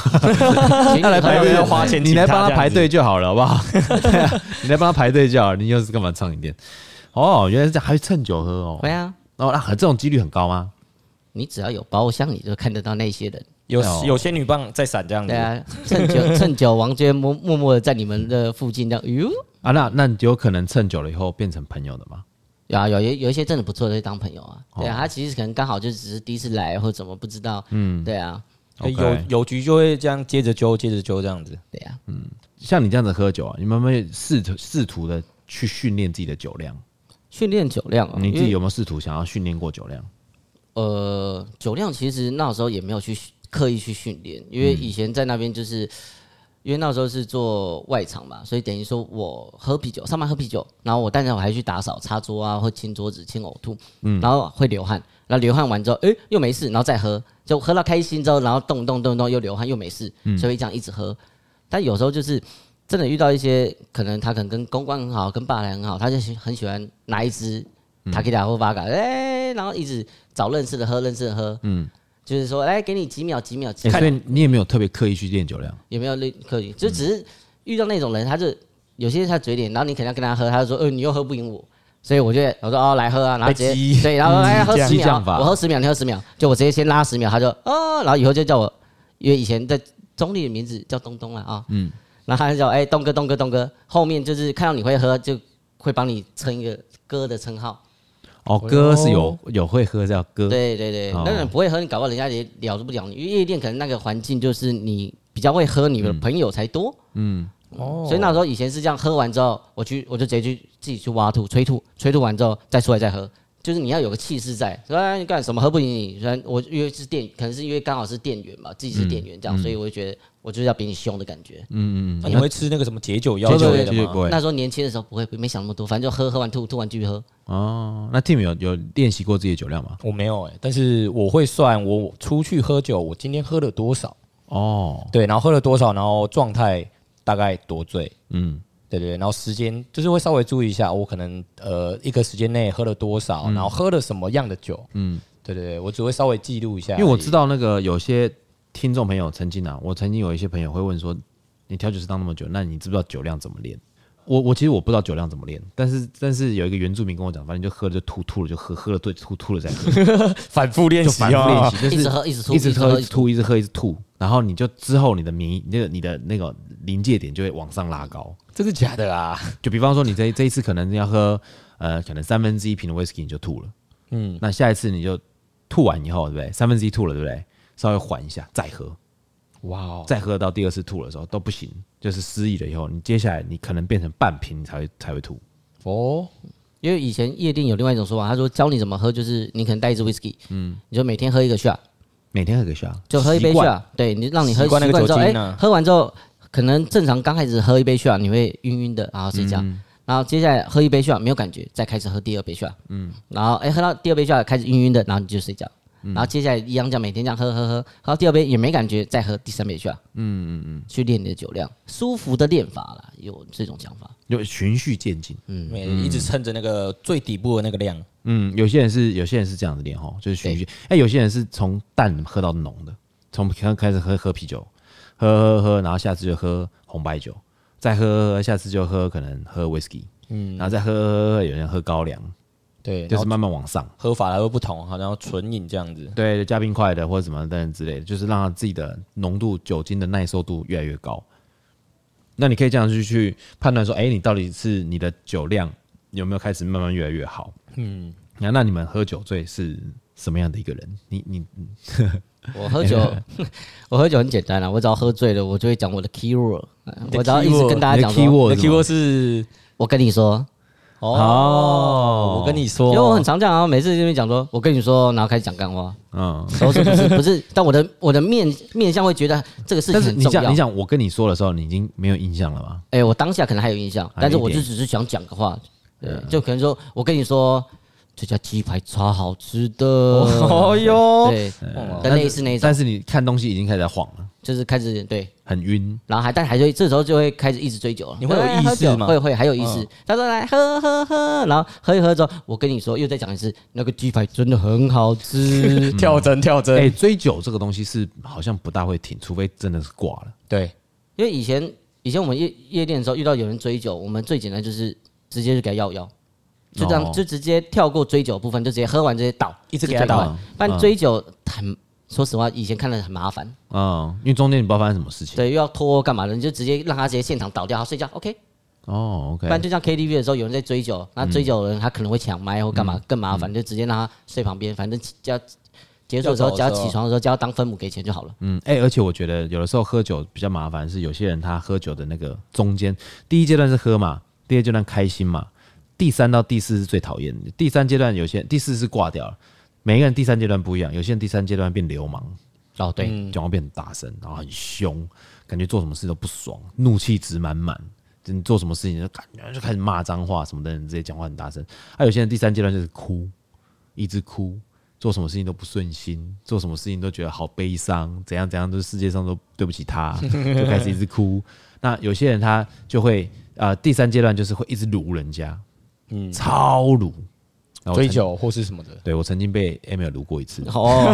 Speaker 3: 请你
Speaker 1: 他来
Speaker 3: 喝
Speaker 1: 排队
Speaker 2: 要花钱
Speaker 1: [LAUGHS] 你
Speaker 2: 请
Speaker 1: 来
Speaker 2: 他
Speaker 1: 帮
Speaker 2: 这
Speaker 1: 他
Speaker 2: 样
Speaker 1: 排队就好了，好不好？对啊， [LAUGHS] 你来帮他排队就好了，你又是干嘛唱影店？哦，原来是这样，还会趁酒喝哦。
Speaker 3: 会啊，
Speaker 1: 哦，那很这种几率很高吗？
Speaker 3: 你只要有包厢，你就看得到那些人。
Speaker 2: 有
Speaker 1: 哦
Speaker 2: 有仙女棒在闪这
Speaker 1: 嗯
Speaker 2: 样子
Speaker 3: 对，啊，趁
Speaker 1: [LAUGHS]
Speaker 3: 酒趁酒王就会默默默的在你们的附近这样，哟、
Speaker 1: 啊，那那你有可能趁久了以后变成朋友的吗？
Speaker 3: 有啊，有有有一些真的不错的会当朋友啊，
Speaker 1: 哦
Speaker 3: 对啊，他其实可能刚好就只是第一次来或怎么不知道，嗯，对啊，
Speaker 2: 哎
Speaker 1: OK
Speaker 2: 有有局就会这样接着揪，接着揪这样子。
Speaker 3: 对啊，
Speaker 1: 像你这样子喝酒啊，你们有没有试图试图的去训练自己的酒量？
Speaker 3: 训练酒量、哦，
Speaker 1: 你自
Speaker 3: 因为
Speaker 1: 己有没有试图想要训练过酒量？
Speaker 3: 呃，酒量其实那时候也没有去训刻意去训练，
Speaker 1: 嗯
Speaker 3: 因为以前在那边就是，因为那时候是做外场嘛，所以等于说我喝啤酒，上班喝啤酒，然后我当然我还去打扫、擦桌啊，或清桌子、清呕吐，然后会流汗，然后流汗完之后，诶，又没事，然后再喝，就喝到开心之后，然后动动动动又流汗又没事，所以这样一直喝。但有时候就是真的遇到一些可能他可能跟公关很好，跟爸来很好，他就喜很喜欢拿一支塔吉达或巴嘎，哎、然后一直找认识的喝，认识的喝，嗯，就是说，来给你几秒几秒，
Speaker 1: 欸、
Speaker 3: 看
Speaker 1: 所以你也没有特别刻意去练酒量，
Speaker 3: 有没有那可以，就只是遇到那种人，他就有些他嘴脸，然后你可能要跟他喝，他就说，呃，你又喝不赢我。所以我就我说哦来喝啊，然后直
Speaker 2: 被激
Speaker 3: 接对，然后哎喝十
Speaker 1: 激
Speaker 3: 秒
Speaker 1: 将，法
Speaker 3: 我喝十秒，你喝十秒，就我直接先拉十秒，他就哦，然后以后就叫我，因为以前在中立的名字叫东东了啊，嗯，然后他就叫哎东哥东哥东哥，后面就是看到你会喝就会帮你称一个哥的称号，
Speaker 1: 哦，
Speaker 2: 哎呦
Speaker 1: 歌是有有会喝叫歌，
Speaker 3: 对对对，
Speaker 1: 哦
Speaker 3: 那人不会喝，你搞不好人家也了不了你。因为夜店可能那个环境就是你比较会喝，你
Speaker 1: 嗯
Speaker 3: 的朋友才多。
Speaker 2: 哦
Speaker 3: 所以那时候以前是这样，喝完之后我去我就直接去自己去挖吐、催吐，催吐完之后再出来再喝。就是你要有个气势在，说哎你干什么喝不赢你？虽然我因为是店，可能是因为刚好是店员嘛，自己是
Speaker 1: 嗯
Speaker 3: 店员这样，所以我就觉得我就是要比你凶的感觉。
Speaker 2: 那啊你会吃那个什么解酒药
Speaker 1: 解
Speaker 2: 之
Speaker 1: 嗯酒欸
Speaker 2: 类
Speaker 1: 类
Speaker 2: 的
Speaker 1: 就不
Speaker 2: 吗？
Speaker 1: 会
Speaker 3: 那时候年轻的时候不会，没想那么多，反正就喝，喝完吐，吐完继续喝。
Speaker 1: 哦。那 Tim 有有练习过自己的酒量吗？
Speaker 2: 我没有哎，但是我会算我我出去喝酒，我今天喝了多少，
Speaker 1: 哦，
Speaker 2: 对，然后喝了多少，然后状态大概多醉，
Speaker 1: 嗯，
Speaker 2: 对对，对然后时间就是会稍微注意一下，我可能呃一个时间内喝了多少，然后喝了什么样的酒，嗯，对对对，我只会稍微记录一下而
Speaker 1: 因
Speaker 2: 已，
Speaker 1: 为我知道那个有些听众朋友曾经啊，我曾经有一些朋友会问说，你调酒师当那么久，那你知不知道酒量怎么练？我我其实我不知道酒量怎么练，但是但是有一个原住民跟我讲，反正就喝了就吐，吐了就喝，喝了对吐，吐了再喝，
Speaker 2: 反复练
Speaker 1: 就
Speaker 4: 哎
Speaker 2: 习
Speaker 1: 反复练
Speaker 2: 啊， [LAUGHS]
Speaker 1: 习，就是
Speaker 3: 一直喝一直吐
Speaker 1: 一直
Speaker 3: 一直喝
Speaker 1: 喝，一直吐，一直喝，一直吐，然后你就之后你的迷，那个你的那个临界点就会往上拉高。
Speaker 2: 真的假的啊啦？
Speaker 1: 就比方说，你这这一次可能要喝呃，可能三分之一瓶的 whisky 你就吐了，嗯，那下一次你就吐完以后，对不对？三分之一吐了，对不对？稍微缓一下，再喝，
Speaker 2: 哇哦，
Speaker 1: 再喝到第二次吐的时候都不行，就是失忆了以后，你接下来你可能变成半瓶你才会才会吐，
Speaker 2: 哦，
Speaker 3: 因为以前夜店有另外一种说法，他说教你怎么喝，就是你可能带一支 whisky，嗯，你就每天喝一个 shot，
Speaker 1: 每天喝个 shot，
Speaker 3: 就喝一杯
Speaker 1: 习惯
Speaker 3: shot，对你让你喝
Speaker 2: 习惯那个
Speaker 3: 之后，
Speaker 2: 酒
Speaker 3: 哎、
Speaker 2: 精啊
Speaker 3: 喝完之后可能正常刚开始喝一杯 shot 你会晕晕的，然后睡觉，然后接下来喝一杯 shot 没有感觉，再开始喝第二杯 shot，嗯，然后哎、喝到第二杯 shot 开始晕晕的，然后你就睡觉。然后接下来一样这样每天这样喝喝喝，喝到第二杯也没感觉，再喝第三杯 shot，嗯嗯嗯，去练你的酒量，舒服的练法啦，有这种讲法。
Speaker 1: 就循序渐进。
Speaker 2: 每一直趁着那个最底部的那个量，
Speaker 1: 嗯，有些人是有些人是这样子练哈，就是循序。哎、有些人是从淡喝到浓的，从刚开始喝喝啤酒，喝喝喝，然后下次就喝红白酒，再喝喝喝，下次就喝可能喝 whisky，嗯，然后再喝喝喝，有人喝高粱，
Speaker 2: 对，
Speaker 1: 就
Speaker 2: 就是是
Speaker 1: 慢慢往上。
Speaker 2: 喝法还会不同，好像纯饮这样子，
Speaker 1: 对，加冰块的或者什么等等之类的，就是让自己的浓度、酒精的耐受度越来越高。那你可以这样去去判断说，哎、你到底是你的酒量有没有开始慢慢越来越好？嗯，那那你们喝酒醉是什么样的一个人？你你
Speaker 3: 我喝酒，
Speaker 1: [LAUGHS]
Speaker 3: 我喝酒很简单啊啦、我只要喝醉了，我就会讲我的 key word，呃
Speaker 2: 你的
Speaker 3: 我只要一直
Speaker 2: keyword，
Speaker 3: 跟大家讲
Speaker 1: 你的哦
Speaker 3: 说，
Speaker 1: keyword
Speaker 2: 那 keyword 是
Speaker 3: 我跟你说，
Speaker 2: 哦，我跟你说，
Speaker 3: 因为我很常讲啊，每次这边讲说，我跟你说，然后开始讲干话，
Speaker 1: 嗯，
Speaker 3: 都
Speaker 1: [LAUGHS]
Speaker 3: 是不是不是，但我的我的面面相会觉得这个事情
Speaker 1: 但是
Speaker 3: 很
Speaker 1: 你
Speaker 3: 重
Speaker 1: 讲你
Speaker 3: 要。
Speaker 1: 讲我跟你说的时候，你已经没有印象了吧？
Speaker 3: 哎、我当下可能还有印象，
Speaker 1: 还有
Speaker 3: 但是
Speaker 1: 一
Speaker 3: 我就
Speaker 1: 点呃
Speaker 3: 只是想讲个话，对，就可能说，我跟你说，这家鸡排超好吃的，
Speaker 2: 哦哟，
Speaker 3: 对，
Speaker 2: 哦
Speaker 3: 但类似那一种，
Speaker 1: 但是你看东西已经开始在晃了，
Speaker 3: 就是开始对，
Speaker 1: 很晕。
Speaker 3: 然后还但还就这时候就会开始一直追酒了，
Speaker 2: 你会有
Speaker 3: 来
Speaker 2: 意
Speaker 3: 喝
Speaker 2: 识
Speaker 3: 酒
Speaker 2: 吗。
Speaker 3: 会会还有意识。他说来喝喝喝，然后喝一喝之后，我跟你说又再讲一次，那个鸡排真的很好吃
Speaker 2: [LAUGHS] 跳针跳
Speaker 1: 哎、
Speaker 2: 针，
Speaker 1: 追酒这个东西是好像不大会停，除非真的是挂了。
Speaker 2: 对，
Speaker 3: 因为以前以前我们夜夜店的时候遇到有人追酒，我们最简单就是直接就给他要要，就这样、
Speaker 1: 哦
Speaker 3: 就直接跳过追酒部分，就直接喝完直接倒，
Speaker 2: 一直给他嗯
Speaker 3: 就最快
Speaker 1: 倒
Speaker 3: 但追酒很说实话，以前看了很麻烦，
Speaker 1: 嗯，因为中间你不知道发生什么事情。
Speaker 3: 对，又要拖干嘛的，你就直接让他直接现场倒掉，好睡觉，OK。
Speaker 1: 哦，OK，
Speaker 3: 不然就像 KTV 的时候，有人在追
Speaker 2: 嗯
Speaker 3: 酒，那追酒的人他可能会抢麦或干嘛，更麻烦，就直接让他睡旁边，反正只要结束的时
Speaker 2: 要
Speaker 3: 候，
Speaker 2: 走的
Speaker 3: 只要
Speaker 2: 时候
Speaker 3: 起床的时候，只要当分母给钱就好
Speaker 2: [LAUGHS]
Speaker 3: 了。
Speaker 1: 嗯，哎、而且我觉得有的时候喝酒比较麻烦，是有些人他喝酒的那个中间，第一阶段是喝嘛，第二阶段开心嘛，第三到第四是最讨厌的。第三阶段有些第四是挂掉了，每个人第三阶段不一样，有些人第三阶段变流氓，
Speaker 3: 哦，对，
Speaker 1: 讲话变很大声，然后很凶，感觉做什么事都不爽，怒气值满满。就你做什么事情就感觉就开始骂脏话什么的，人直接讲话很大声。还、有些人第三阶段就是哭，一直哭，做什么事情都不顺心，做什么事情都觉得好悲伤，怎样怎样，就是世界上都对不起他，就开始一直哭。那有些人他就会呃，第三阶段就是会一直撸人家，嗯，超撸。然后我曾
Speaker 2: 追，酒或是什么的，
Speaker 1: 对我曾经被 Emil 撸过一次。
Speaker 3: 哦，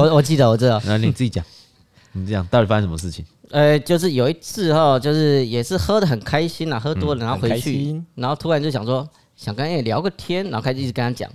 Speaker 3: 我我记得我知道，
Speaker 1: 那你自己讲， [LAUGHS] 你这样到底发生什么事情？
Speaker 3: 呃，就是有一次哈，就是也是喝的很开心啦，喝多了然后
Speaker 2: 嗯很
Speaker 3: 回
Speaker 2: 开
Speaker 3: 去
Speaker 2: 心，
Speaker 3: 然后突然就想说想跟 A 聊个天，然后开始一直跟他讲，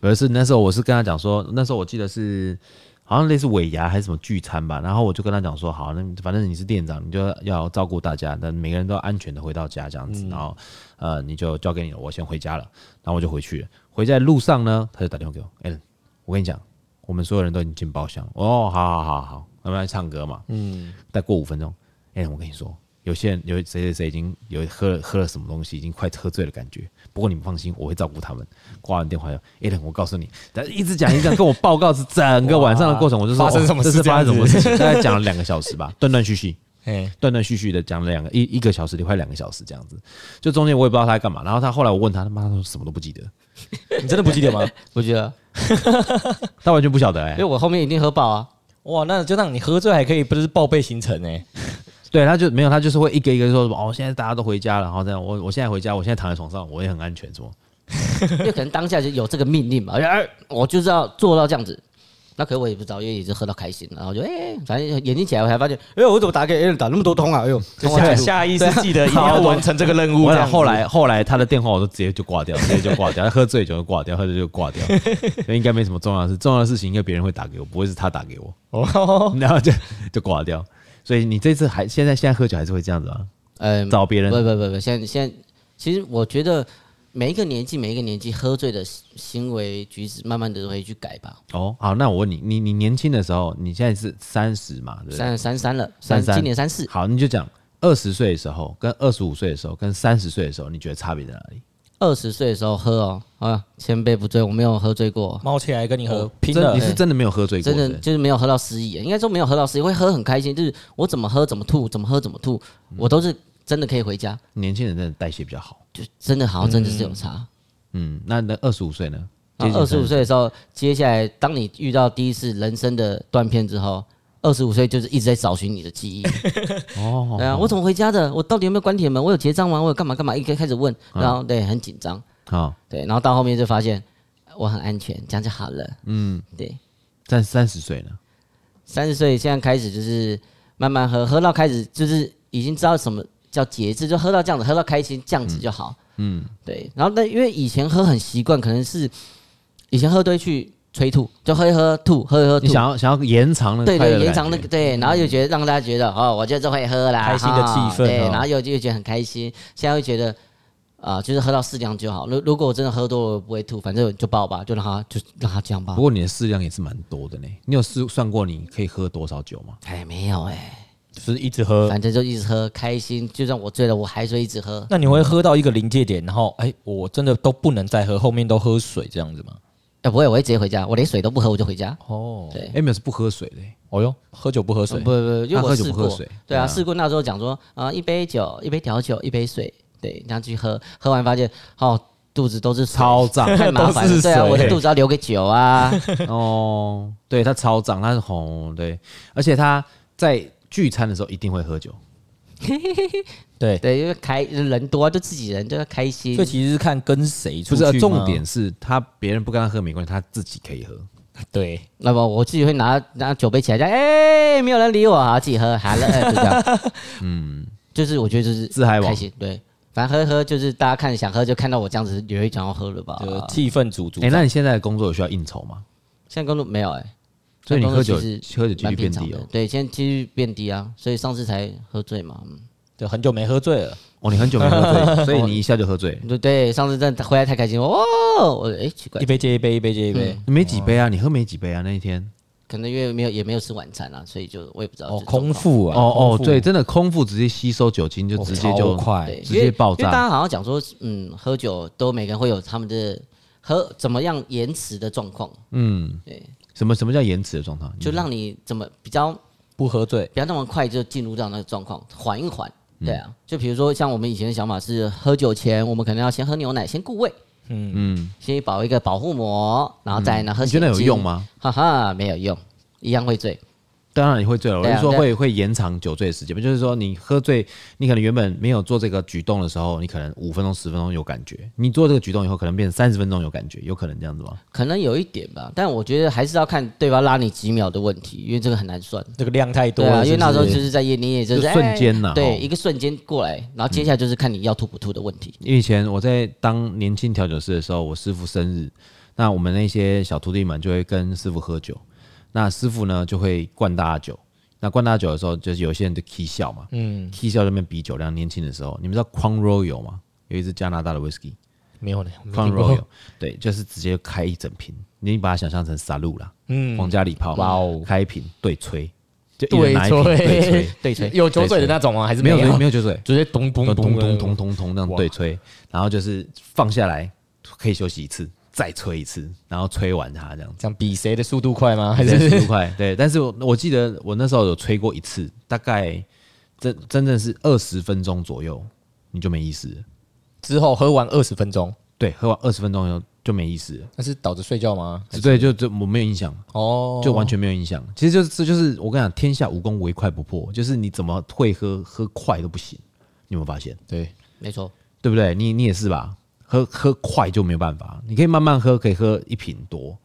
Speaker 1: 有一次，那时候我是跟他讲说，那时候我记得是好像类似尾牙还是什么聚餐吧，然后我就跟他讲说，好，那反正你是店长，你就要照顾大家，但每个人都安全的回到家这样子，然后呃，你就交给你了，我先回家了，然后我就回去了，回家的路上呢，他就打电话给我，哎、我跟你讲，我们所有人都已经进包厢，哦，好好好好，那我们来唱歌嘛，嗯，再过五分钟，哎、我跟你说。有些人有谁谁谁已经有喝了喝了什么东西，已经快喝醉的感觉。不过你们放心，我会照顾他们。挂完电话以后，Alan，我告诉你，他一直讲一直讲，跟我报告是整个晚上的过程，我就说
Speaker 2: 发生什么
Speaker 1: 哦这是
Speaker 2: 事这
Speaker 1: 发
Speaker 2: 样
Speaker 1: 生
Speaker 2: 子
Speaker 1: 什么事情，大概讲了两个小时吧， [LAUGHS] 断断续续。
Speaker 2: 哎，
Speaker 1: 断断续续的讲了两个一一个小时，快两个小时这样子，就中间我也不知道他在干嘛。然后他后来我问他，他妈他说什么都不记得，
Speaker 2: 你 [LAUGHS] 真的不记得吗？
Speaker 3: 我觉得，
Speaker 1: 他完全不晓得哎、
Speaker 3: 因为我后面一定喝爆啊，
Speaker 2: 哇，那就让你喝醉还可以，不是报备行程哎，
Speaker 1: 对，他就没有，他就是会一个一个说什么哦，现在大家都回家了，然后这样，我我现在回家，我现在躺在床上，我也很安全，什么
Speaker 3: 因为可能当下就有这个命令嘛，哎，我就是要做到这样子。那可我也不知道，因为也是喝到开心，然后就哎、反正眼睛起来我才发现，哎、呦，我怎么打给 a 打那么多通啊？哎呦，
Speaker 2: 就
Speaker 3: 通话
Speaker 2: 下
Speaker 3: 记录
Speaker 2: 下意识记得一定要完成这个任务。
Speaker 1: 我
Speaker 2: 这样
Speaker 1: 想
Speaker 2: 子
Speaker 1: 后来后来他的电话我都直接就挂掉，直 [LAUGHS] 接就挂掉，喝醉酒就挂掉，喝醉酒就挂
Speaker 2: [LAUGHS]
Speaker 1: 掉，那应该没什么重要的事，重要的事情应该别人会打给我，不会是他打给我，
Speaker 2: 哦，
Speaker 1: [LAUGHS] 然后就就挂掉。所以你这次还现在现在喝酒还是会这样子啊？
Speaker 3: 嗯，
Speaker 1: 找别人
Speaker 3: 不不不不，现在现在其实我觉得每一个年纪每一个年纪喝醉的行为举止，慢慢的都会去改吧。
Speaker 1: 哦，好，那我问你，你你年轻的时候，你现在是三十嘛，对不对？
Speaker 3: 三三三了，
Speaker 1: 三
Speaker 3: 三
Speaker 1: 三
Speaker 3: 今年三四，
Speaker 1: 好，你就讲二十岁的时候，跟二十五岁的时候，跟三十岁的时候，你觉得差别在哪里？
Speaker 3: 二十岁的时候喝哦，啊，千杯不醉，我没有喝醉过，
Speaker 2: 猫起来跟你合呃拼
Speaker 1: 哦真
Speaker 2: 了
Speaker 1: 你，是真的没有喝醉过，
Speaker 3: 真的
Speaker 1: 是不是
Speaker 3: 就是没有喝到失忆，应该说没有喝到失忆，会喝很开心，就是我怎么喝怎么吐，怎么喝怎么吐，
Speaker 1: 嗯
Speaker 3: 我都是真的可以回家，
Speaker 1: 年轻人真的代谢比较好。
Speaker 3: 就真的好像真的是有差。
Speaker 1: 嗯，那那二十五岁呢？
Speaker 3: 然啊后二十
Speaker 1: 嗯接近
Speaker 3: 五
Speaker 1: 30
Speaker 3: 岁的时候，接下来当你遇到第一次人生的断片之后，二十五岁就是一直在找寻你的记忆。
Speaker 1: [LAUGHS] 哦，
Speaker 3: 对啊，我怎么回家的？我到底有没有关铁门？我有结账吗？我有干嘛干嘛？一个开始问，
Speaker 1: 啊
Speaker 3: 然后对，很紧张，
Speaker 1: 好，
Speaker 3: 对，然后到后面就发现我很安全，这样就好了。嗯，对，
Speaker 1: 但三十岁呢？
Speaker 3: 三十岁现在开始就是慢慢喝，喝到开始就是已经知道什么叫节制，就喝到这样子，喝到开心这样子就好。嗯，对。然后那因为以前喝很习惯，可能是以前喝都会去催吐，就喝一喝吐，喝一喝
Speaker 1: 你
Speaker 3: 吐。
Speaker 1: 想要想要延长那个
Speaker 3: 对
Speaker 1: 快乐
Speaker 3: 对，
Speaker 1: 的感
Speaker 3: 延长那
Speaker 1: 觉嗯
Speaker 3: 个对，然后又觉得让大家觉得哦，我就是会喝啦，
Speaker 2: 开心的气
Speaker 3: 哈
Speaker 2: 氛
Speaker 3: 对，
Speaker 2: 哦
Speaker 3: 然后又又觉得很开心，现在又觉得啊、就是喝到适量就好。如如果我真的喝多了，我不会吐，反正就爆吧，就让它就让它这样吧
Speaker 1: 啊不。过你的适量也是蛮多的呢。你有试算过你可以喝多少酒吗？
Speaker 3: 哎，没有哎、
Speaker 2: 就是一直喝。
Speaker 3: 反正就一直喝，开心，就算我醉了，我还是会一直喝。
Speaker 2: 那你会喝到一个临界点，然后哎、我真的都不能再喝，后面都喝水这样子吗？
Speaker 3: 哎，不会，我会直接回家，我连水都不喝，我就回家。
Speaker 2: 哦，
Speaker 3: 对
Speaker 1: a m 是不喝水的欸，
Speaker 2: 哦哟，喝酒不喝水，
Speaker 3: 不不，因为
Speaker 1: 他喝
Speaker 3: 我
Speaker 1: 酒
Speaker 3: 试
Speaker 1: 不喝
Speaker 3: 过
Speaker 1: 水，
Speaker 3: 对
Speaker 1: 对啊
Speaker 3: 啊，试过那时候讲说啊、呃一杯酒，一杯调酒，一杯水，对，这样去喝，喝完发现哦，肚子都是水
Speaker 1: 超胀
Speaker 3: [LAUGHS] 太麻
Speaker 1: [LAUGHS]
Speaker 3: 烦了，对啊，
Speaker 2: 都是水
Speaker 3: 我的肚子要留给酒啊， [LAUGHS]
Speaker 1: 哦，对他超胀，他是红，对，而且他在聚餐的时候一定会喝酒。
Speaker 2: 对，
Speaker 3: 对，因为开人多啊，就自己人就要开心
Speaker 2: 所以，其实是看跟谁出
Speaker 1: 不是
Speaker 2: 去
Speaker 1: 啊，
Speaker 2: 吗。
Speaker 1: 重点是他别人不跟他喝没关系，他自己可以喝。
Speaker 2: 对，
Speaker 3: 那么我自己会拿拿酒杯起来，这样哎、没有人理我啊，自己喝，好了，哎就这样，嗯，就是我觉得就是
Speaker 1: 自嗨王
Speaker 3: 开心，对。反正喝一喝就是大家看想喝就看到我这样子，也会想要喝了吧？
Speaker 2: 就呃气氛组组
Speaker 1: 哎、。那你现在的工作有需要应酬吗？
Speaker 3: 现在工作没有哎、
Speaker 1: 所以你喝酒
Speaker 3: 现在工作其实
Speaker 1: 喝酒几率
Speaker 3: 蛮
Speaker 1: 变
Speaker 3: 平常
Speaker 1: 低
Speaker 3: 的
Speaker 1: 哦。
Speaker 3: 对，现在几率变低啊，所以上次才喝醉嘛，嗯，
Speaker 2: 对，很久没喝醉了，
Speaker 1: 哦，你很久没喝 [LAUGHS] 醉，所以你一下就喝醉。
Speaker 3: 对对，上次真的回来太开心，哦，我哎、奇怪
Speaker 2: 一，杯接一杯，一杯接一杯。
Speaker 1: 你没几杯啊？你喝没几杯啊？那一天？
Speaker 3: 可能因为没有也没有吃晚餐啊，所以就我也不知
Speaker 2: 哦，
Speaker 3: 道这种
Speaker 2: 空
Speaker 3: 状况
Speaker 2: 腹啊，
Speaker 1: 哦哦，
Speaker 2: 空腹
Speaker 1: 对，，真的空腹直接吸收酒精就
Speaker 2: 哦
Speaker 1: 直接
Speaker 2: 超
Speaker 1: 就
Speaker 2: 快
Speaker 3: 对，
Speaker 1: 直
Speaker 3: 因
Speaker 1: 接
Speaker 3: 为
Speaker 1: 爆
Speaker 3: 因为大
Speaker 1: 炸。
Speaker 3: 家好像讲说，嗯，喝酒都每个人会有他们的喝怎么样延迟的状况，
Speaker 1: 嗯，什么什么叫延迟的状态？
Speaker 3: 就让你怎么比较
Speaker 2: 不喝醉，
Speaker 3: 不要那么快就进入到那个状况，缓一缓。
Speaker 2: 嗯
Speaker 3: 对啊，就比如说像我们以前的想法是，喝酒前我们可能要先喝牛奶，先固胃，嗯嗯，先保一个保护膜，然后再
Speaker 2: 嗯
Speaker 3: 呢喝
Speaker 1: 你
Speaker 3: 血
Speaker 1: 觉得有
Speaker 3: 清
Speaker 1: 用？吗？
Speaker 3: 哈哈，没有用，一样会醉。
Speaker 1: 当然你会醉了，我
Speaker 3: 对啊
Speaker 1: 是说
Speaker 3: 对啊
Speaker 1: 会会延长酒醉的时间，就是说你喝醉，你可能原本没有做这个举动的时候，你可能五分钟、十分钟有感觉，你做这个举动以后，可能变三十分钟有感觉，有可能这样子吗？
Speaker 3: 可能有一点吧，但我觉得还是要看对方拉你几秒的问题，因为这个很难算。
Speaker 2: 这个量太多
Speaker 3: 对啊，
Speaker 2: 了，
Speaker 3: 因为那时候
Speaker 2: 是
Speaker 3: 就
Speaker 2: 不是
Speaker 3: 是在夜，你也就是
Speaker 1: 就瞬间呐哦
Speaker 3: 哎
Speaker 1: 吼
Speaker 3: 对，一个瞬间过来，然后接下来就是看你要吐不吐的问题。
Speaker 1: 因为以前我在当年轻调酒师的时候，我师傅生日，那我们那些小徒弟们就会跟师傅喝酒，那师傅呢就会灌大家酒。那灌大家酒的时候，就是有些人就 k 笑嘛，嗯 k 笑那边比酒量。年轻的时候，你们知道 Crown Royal 吗？有一支加拿大的 whisky，
Speaker 2: 没有呢，我没
Speaker 1: Crown
Speaker 2: 听过
Speaker 1: Royal，对，就是直接开一整瓶，你把它想象成沙露啦，嗯，皇家礼炮，哇哦，开一瓶对吹，就一人拿一瓶
Speaker 4: 对
Speaker 1: 对
Speaker 4: 吹
Speaker 1: 吹，
Speaker 3: 对吹，
Speaker 4: 有酒水的那种啊吗？还是
Speaker 1: 没有
Speaker 4: 有？
Speaker 1: 没有酒水，
Speaker 4: 直接咚咚
Speaker 1: 咚
Speaker 4: 咚
Speaker 1: 咚
Speaker 4: 咚
Speaker 1: 咚咚。
Speaker 4: 咚
Speaker 1: 咚咚那样对吹，然后就是放下来可以休息一次，再吹一次，然后吹完它这样子。
Speaker 4: 这样比谁的速度快吗？还
Speaker 1: 还是
Speaker 4: 是
Speaker 1: 十五块，对，但是我我记得我那时候有吹过一次，大概真真正是二十分钟左右，你就没意思了。
Speaker 4: 之后喝完二十分钟，
Speaker 1: 对，喝完二十分钟以后就没意思了。
Speaker 4: 那是倒着睡觉吗？
Speaker 1: 对，就就我没有印象，
Speaker 4: 哦，
Speaker 1: 就完全没有印象。其实就是这就是我跟你讲，天下武功唯快不破，就是你怎么会喝喝快都不行，你有没有发现？
Speaker 4: 对，
Speaker 3: 没错，
Speaker 1: 对不对？你你也是吧？喝喝快就没有办法，你可以慢慢喝，可以喝一瓶多，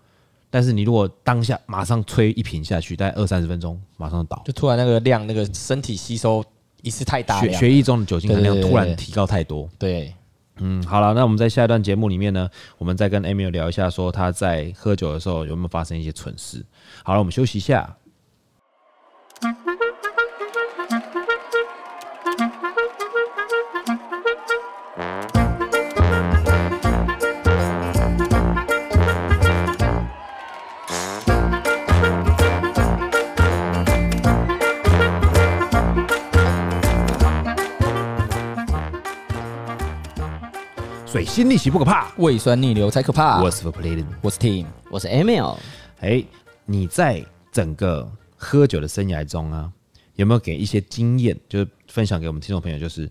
Speaker 1: 但是你如果当下马上吹一瓶下去，大概二三十分钟马上倒。
Speaker 4: 就突然那个量，那个身体吸收一次太大
Speaker 1: 血
Speaker 4: 量，
Speaker 1: 血液中的酒精含量
Speaker 4: 对对对
Speaker 1: 突然
Speaker 4: 对
Speaker 1: 提高太多，
Speaker 4: 对，
Speaker 1: 嗯，好了，那我们在下一段节目里面呢，我们再跟 Emil 聊一下，说他在喝酒的时候有没有发生一些蠢事。好了，我们休息一下。水星逆袭不可怕，
Speaker 2: 胃酸逆流才可
Speaker 4: 啊
Speaker 2: 怕。
Speaker 1: 我是 for playing。
Speaker 2: 我是 Team，
Speaker 3: 我是 Emil，
Speaker 1: 哎，你在整个喝酒的生涯中啊，有没有给一些经验，就是分享给我们听众朋友，就是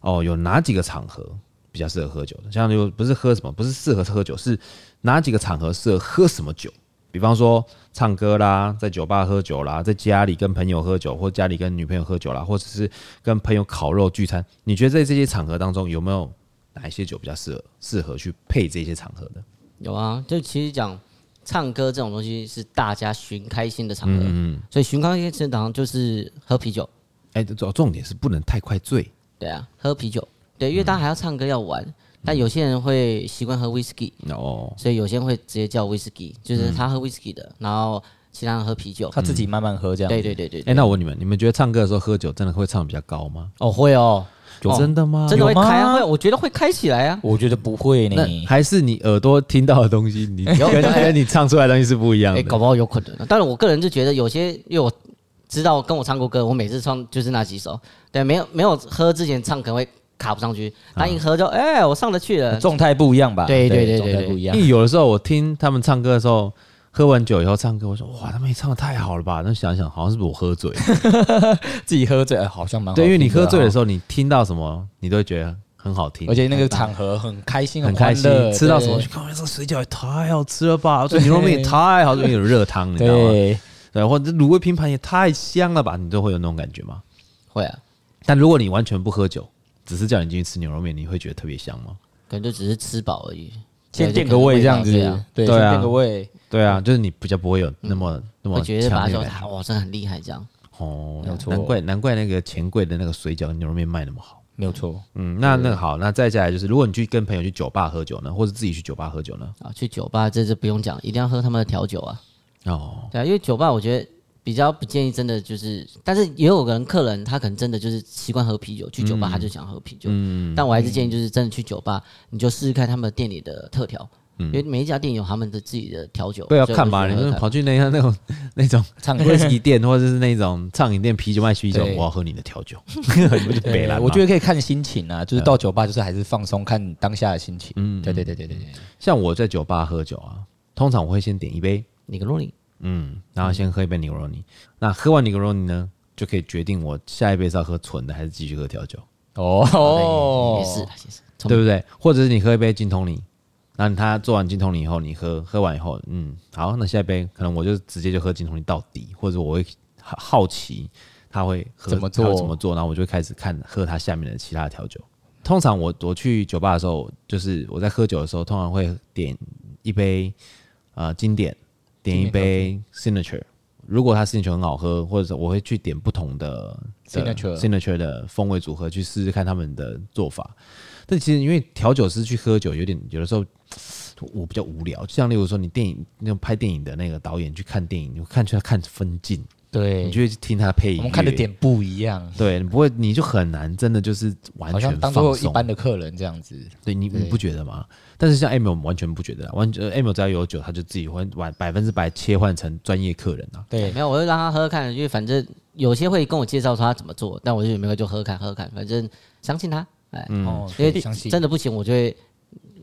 Speaker 1: 哦，有哪几个场合比较适合喝酒的？像就不是喝什么，不是适合喝酒，是哪几个场合适合喝什么酒？比方说唱歌啦，在酒吧喝酒啦，在家里跟朋友喝酒，或家里跟女朋友喝酒啦，或者是跟朋友烤肉聚餐，你觉得在这些场合当中有没有哪一些酒比较适合适合去配这些场合的？
Speaker 3: 有啊，就其实讲唱歌这种东西是大家寻开心的场
Speaker 4: 嗯
Speaker 3: 合，所以寻开心的场合就是喝啤酒，
Speaker 1: 哎、重重点是不能太快醉。
Speaker 3: 对啊，喝啤酒，对，
Speaker 4: 嗯
Speaker 3: 因为大家还要唱歌要玩，但有些人会习惯喝 whisky，
Speaker 1: 哦，
Speaker 3: 所以有些人会直接叫 whisky，就是
Speaker 4: 嗯
Speaker 3: 他喝 whisky 的，然后其他人喝啤酒，
Speaker 4: 他自己慢慢喝这样。
Speaker 3: 对对对对
Speaker 1: 哎、，那我问你们，你们觉得唱歌的时候喝酒真的会唱比较高吗？
Speaker 4: 哦，会哦，
Speaker 3: 有
Speaker 1: 真的吗？
Speaker 3: 真的会
Speaker 4: 有吗
Speaker 3: 开啊，会，我觉得会开起来啊，
Speaker 4: 我觉得不会呢。
Speaker 1: 那还是你耳朵听到的东西，
Speaker 4: [LAUGHS]
Speaker 1: 你跟跟你唱出来的东西是不一样
Speaker 3: 哎，
Speaker 1: 的。
Speaker 3: 搞不好有可能啊，当然我个人就觉得有些，因为我知道跟我唱过歌，我每次唱就是那几首，对，没有没有喝之前唱可能会卡不上去，他一喝就哎，我上得去
Speaker 1: 呃
Speaker 3: 了，
Speaker 4: 状态不一样吧？
Speaker 3: 对对对对
Speaker 4: 状态
Speaker 3: 对
Speaker 4: 不一样
Speaker 1: 因。为有的时候我听他们唱歌的时候，喝完酒以后唱歌，我说哇，他们也唱的太好了吧？那想一想，好像是不是我喝
Speaker 4: [LAUGHS]
Speaker 1: 醉？
Speaker 4: 自己喝醉，哎好像蛮好
Speaker 1: 对，因为你
Speaker 4: 听的
Speaker 1: 喝醉的
Speaker 4: 哈
Speaker 1: 时候，你听到什么，你都会觉得很好听，
Speaker 4: 而且那个场合很开心，
Speaker 1: 很开心
Speaker 4: 欢乐。
Speaker 1: 吃到
Speaker 4: 对
Speaker 1: 什么？去看这个水饺也太好吃了吧！这牛肉面也太
Speaker 4: [LAUGHS]
Speaker 1: 好吃，因为有热汤，你知道吗？
Speaker 4: 对，
Speaker 1: 对，或者这卤味拼盘也太香了吧？你都会有那种感觉吗？
Speaker 3: 会啊，
Speaker 1: 但如果你完全不喝酒，只是叫你进去吃牛肉面，你会觉得特别香吗？
Speaker 3: 可能就只是吃饱而已，
Speaker 4: 先垫个胃这样子
Speaker 3: 对啊，
Speaker 4: 对，
Speaker 1: 对
Speaker 4: 先
Speaker 1: 啊
Speaker 4: 垫个胃。
Speaker 1: 对啊，就是你比较不会有那么、那
Speaker 3: 我
Speaker 1: 么
Speaker 3: 觉得
Speaker 1: 强
Speaker 3: 把它
Speaker 1: 烈
Speaker 3: 说
Speaker 1: 的感觉
Speaker 3: 哇，真的很厉害这样。
Speaker 1: 哦，
Speaker 4: 没有错
Speaker 1: 难怪难怪那个钱柜的那个水饺跟牛肉面卖那么好。
Speaker 4: 没有错，
Speaker 1: 嗯，那那好，那再下来就是，如果你去跟朋友去酒吧喝酒呢，或者自己去酒吧喝酒呢？
Speaker 3: 啊，去酒吧这就不用讲，一定要喝他们的调酒啊。
Speaker 1: 哦，
Speaker 3: 对啊，因为酒吧我觉得比较不建议真的就是，但是也有个人客人他可能真的就是习惯喝啤酒，去酒
Speaker 1: 嗯
Speaker 3: 吧他就想喝啤酒。但我还是建议就是真的去酒吧，你就试试看他们店里的特调，因为每一家店有他们的自己的调酒。
Speaker 1: 嗯对啊，
Speaker 3: 所以
Speaker 1: 看
Speaker 3: 我
Speaker 1: 吧，
Speaker 3: 就
Speaker 1: 你
Speaker 3: 喝
Speaker 1: 们
Speaker 3: 看
Speaker 1: 跑去那家那种那种
Speaker 4: 唱歌
Speaker 1: 威士忌店，或者是那种畅饮店啤酒卖啤酒，
Speaker 4: 对
Speaker 1: 我要喝你的调酒， [LAUGHS] 你不就北嗯
Speaker 4: 对
Speaker 1: 了？
Speaker 4: 我觉
Speaker 1: 得
Speaker 4: 得可以看心情啊，就是到酒吧就是还是放松，看当下的心情。嗯，对对对对对对，
Speaker 1: 像我在酒吧喝酒啊，通常我会先点一杯
Speaker 3: 你跟洛丽
Speaker 1: 嗯，然后先喝一杯牛肉泥。那喝完牛肉泥呢，就可以决定我下一杯是要喝纯的还是继续喝调酒，
Speaker 4: 哦
Speaker 3: 也是啊也是，
Speaker 1: 对不对？或者是你喝一杯金桶泥，那他做完金桶泥以后，你喝喝完以后，嗯，好，那下一杯可能我就直接就喝金桶泥到底，或者我会好好奇他会喝
Speaker 4: 怎么做
Speaker 1: 他会怎么做，然后我就会开始看喝他下面的其他的调酒。通常我我去酒吧的时候，就是我在喝酒的时候，通常会点一杯呃经典，点一杯 signature。如果它 signature 很好喝，或者是我会去点不同的的
Speaker 4: Signature
Speaker 1: signature 的风味组合去试试看他们的做法。但其实因为调酒师去喝酒，有点有的时候我比较无聊。就像例如说，你电影那种拍电影的那个导演去看电影，你看去他看分镜，你
Speaker 4: 对，
Speaker 1: 就会去听他的配音乐，
Speaker 4: 我们看的点不一样，
Speaker 1: 对，你不会，你就很难真的就是完
Speaker 4: 好
Speaker 1: 全
Speaker 4: 像当
Speaker 1: 放
Speaker 4: 做一
Speaker 1: 松。
Speaker 4: 般的客人这样子。
Speaker 1: 对你你
Speaker 4: 对
Speaker 1: 不觉得吗？但是像 Emil 我们完全不觉得啦，完全 Emil 只要有酒，他就自己会完百分之百切换成专业客人啊。
Speaker 4: 对
Speaker 3: 没，有，我就让他喝喝看，因为反正有些会跟我介绍说他怎么做，但我就没有就喝喝看喝喝看，反正相信他，哎，
Speaker 1: 嗯
Speaker 4: 哦，
Speaker 3: 因为
Speaker 4: 相信
Speaker 3: 真的不行，我就会